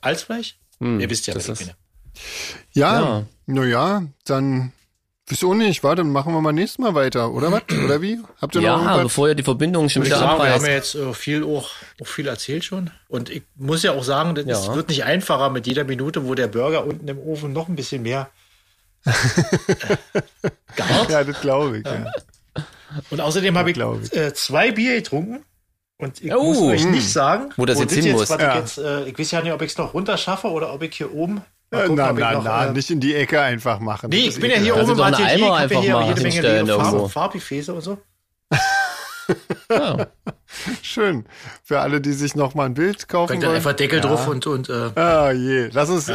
Speaker 3: Als Fleisch? Ihr wisst ja, was ich
Speaker 1: ist-
Speaker 3: meine.
Speaker 2: Ja,
Speaker 1: Ja.
Speaker 2: na ja, dann wieso auch nicht? Warte, dann machen wir mal nächstes Mal weiter, oder was? Oder wie? Habt ihr noch
Speaker 1: Ja,
Speaker 2: irgendwas?
Speaker 1: bevor ihr die Verbindung schon
Speaker 3: genau. Ich
Speaker 1: wieder
Speaker 3: sag, wir haben ja
Speaker 1: abreißt.
Speaker 3: jetzt äh, viel, auch, auch viel erzählt schon. Und ich muss ja auch sagen, das ist,
Speaker 1: Ja.
Speaker 3: wird nicht einfacher mit jeder Minute, wo der Burger unten im Ofen noch ein bisschen mehr gart.
Speaker 2: Ja, das glaube ich. Ja.
Speaker 3: Und außerdem habe ich,
Speaker 2: glaub ich.
Speaker 3: Äh, zwei Bier getrunken. Und ich
Speaker 1: Oh,
Speaker 3: muss euch
Speaker 1: hm.
Speaker 3: nicht sagen,
Speaker 1: Wo das jetzt hin muss.
Speaker 3: was
Speaker 2: Ja.
Speaker 3: Ich, jetzt, äh, ich weiß ja nicht, ob ich es noch runterschaffe oder ob ich hier oben. Mal
Speaker 2: Äh,
Speaker 3: gucken,
Speaker 2: Na,
Speaker 3: ob ich
Speaker 2: na,
Speaker 3: noch,
Speaker 2: na,
Speaker 3: äh,
Speaker 2: nicht in die Ecke einfach machen.
Speaker 3: Nee,
Speaker 2: Das
Speaker 3: ich
Speaker 2: ist
Speaker 3: bin ja hier
Speaker 2: ekelhaft.
Speaker 1: Kannst
Speaker 3: oben
Speaker 1: du
Speaker 3: im
Speaker 1: doch einen
Speaker 3: Atelier,
Speaker 1: Eimer
Speaker 3: ich hab ja
Speaker 1: einfach
Speaker 3: hier
Speaker 1: mal
Speaker 3: jede Menge
Speaker 1: hinstellen
Speaker 3: Leo Farb-
Speaker 1: irgendwo.
Speaker 3: Farbgefäße und so.
Speaker 2: Schön. Für alle, die sich noch mal ein Bild kaufen
Speaker 3: Bringt dann
Speaker 2: wollen.
Speaker 3: einfach Deckel drauf und, und äh,
Speaker 2: Ah je, lass uns,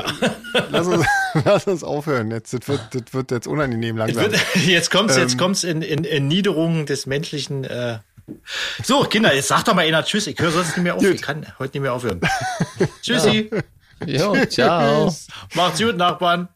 Speaker 2: lass uns, lass uns aufhören. Jetzt, das, wird, das wird jetzt unangenehm langsam.
Speaker 3: jetzt kommt's,
Speaker 2: Ähm.
Speaker 3: jetzt kommt's in, in, in Niederungen des menschlichen. Äh. So, Kinder, jetzt sagt doch mal einer Tschüss. Ich höre sonst nicht mehr auf. Ich kann heute nicht mehr aufhören. Tschüssi.
Speaker 1: Jo, ciao.
Speaker 3: Macht's gut, Nachbarn.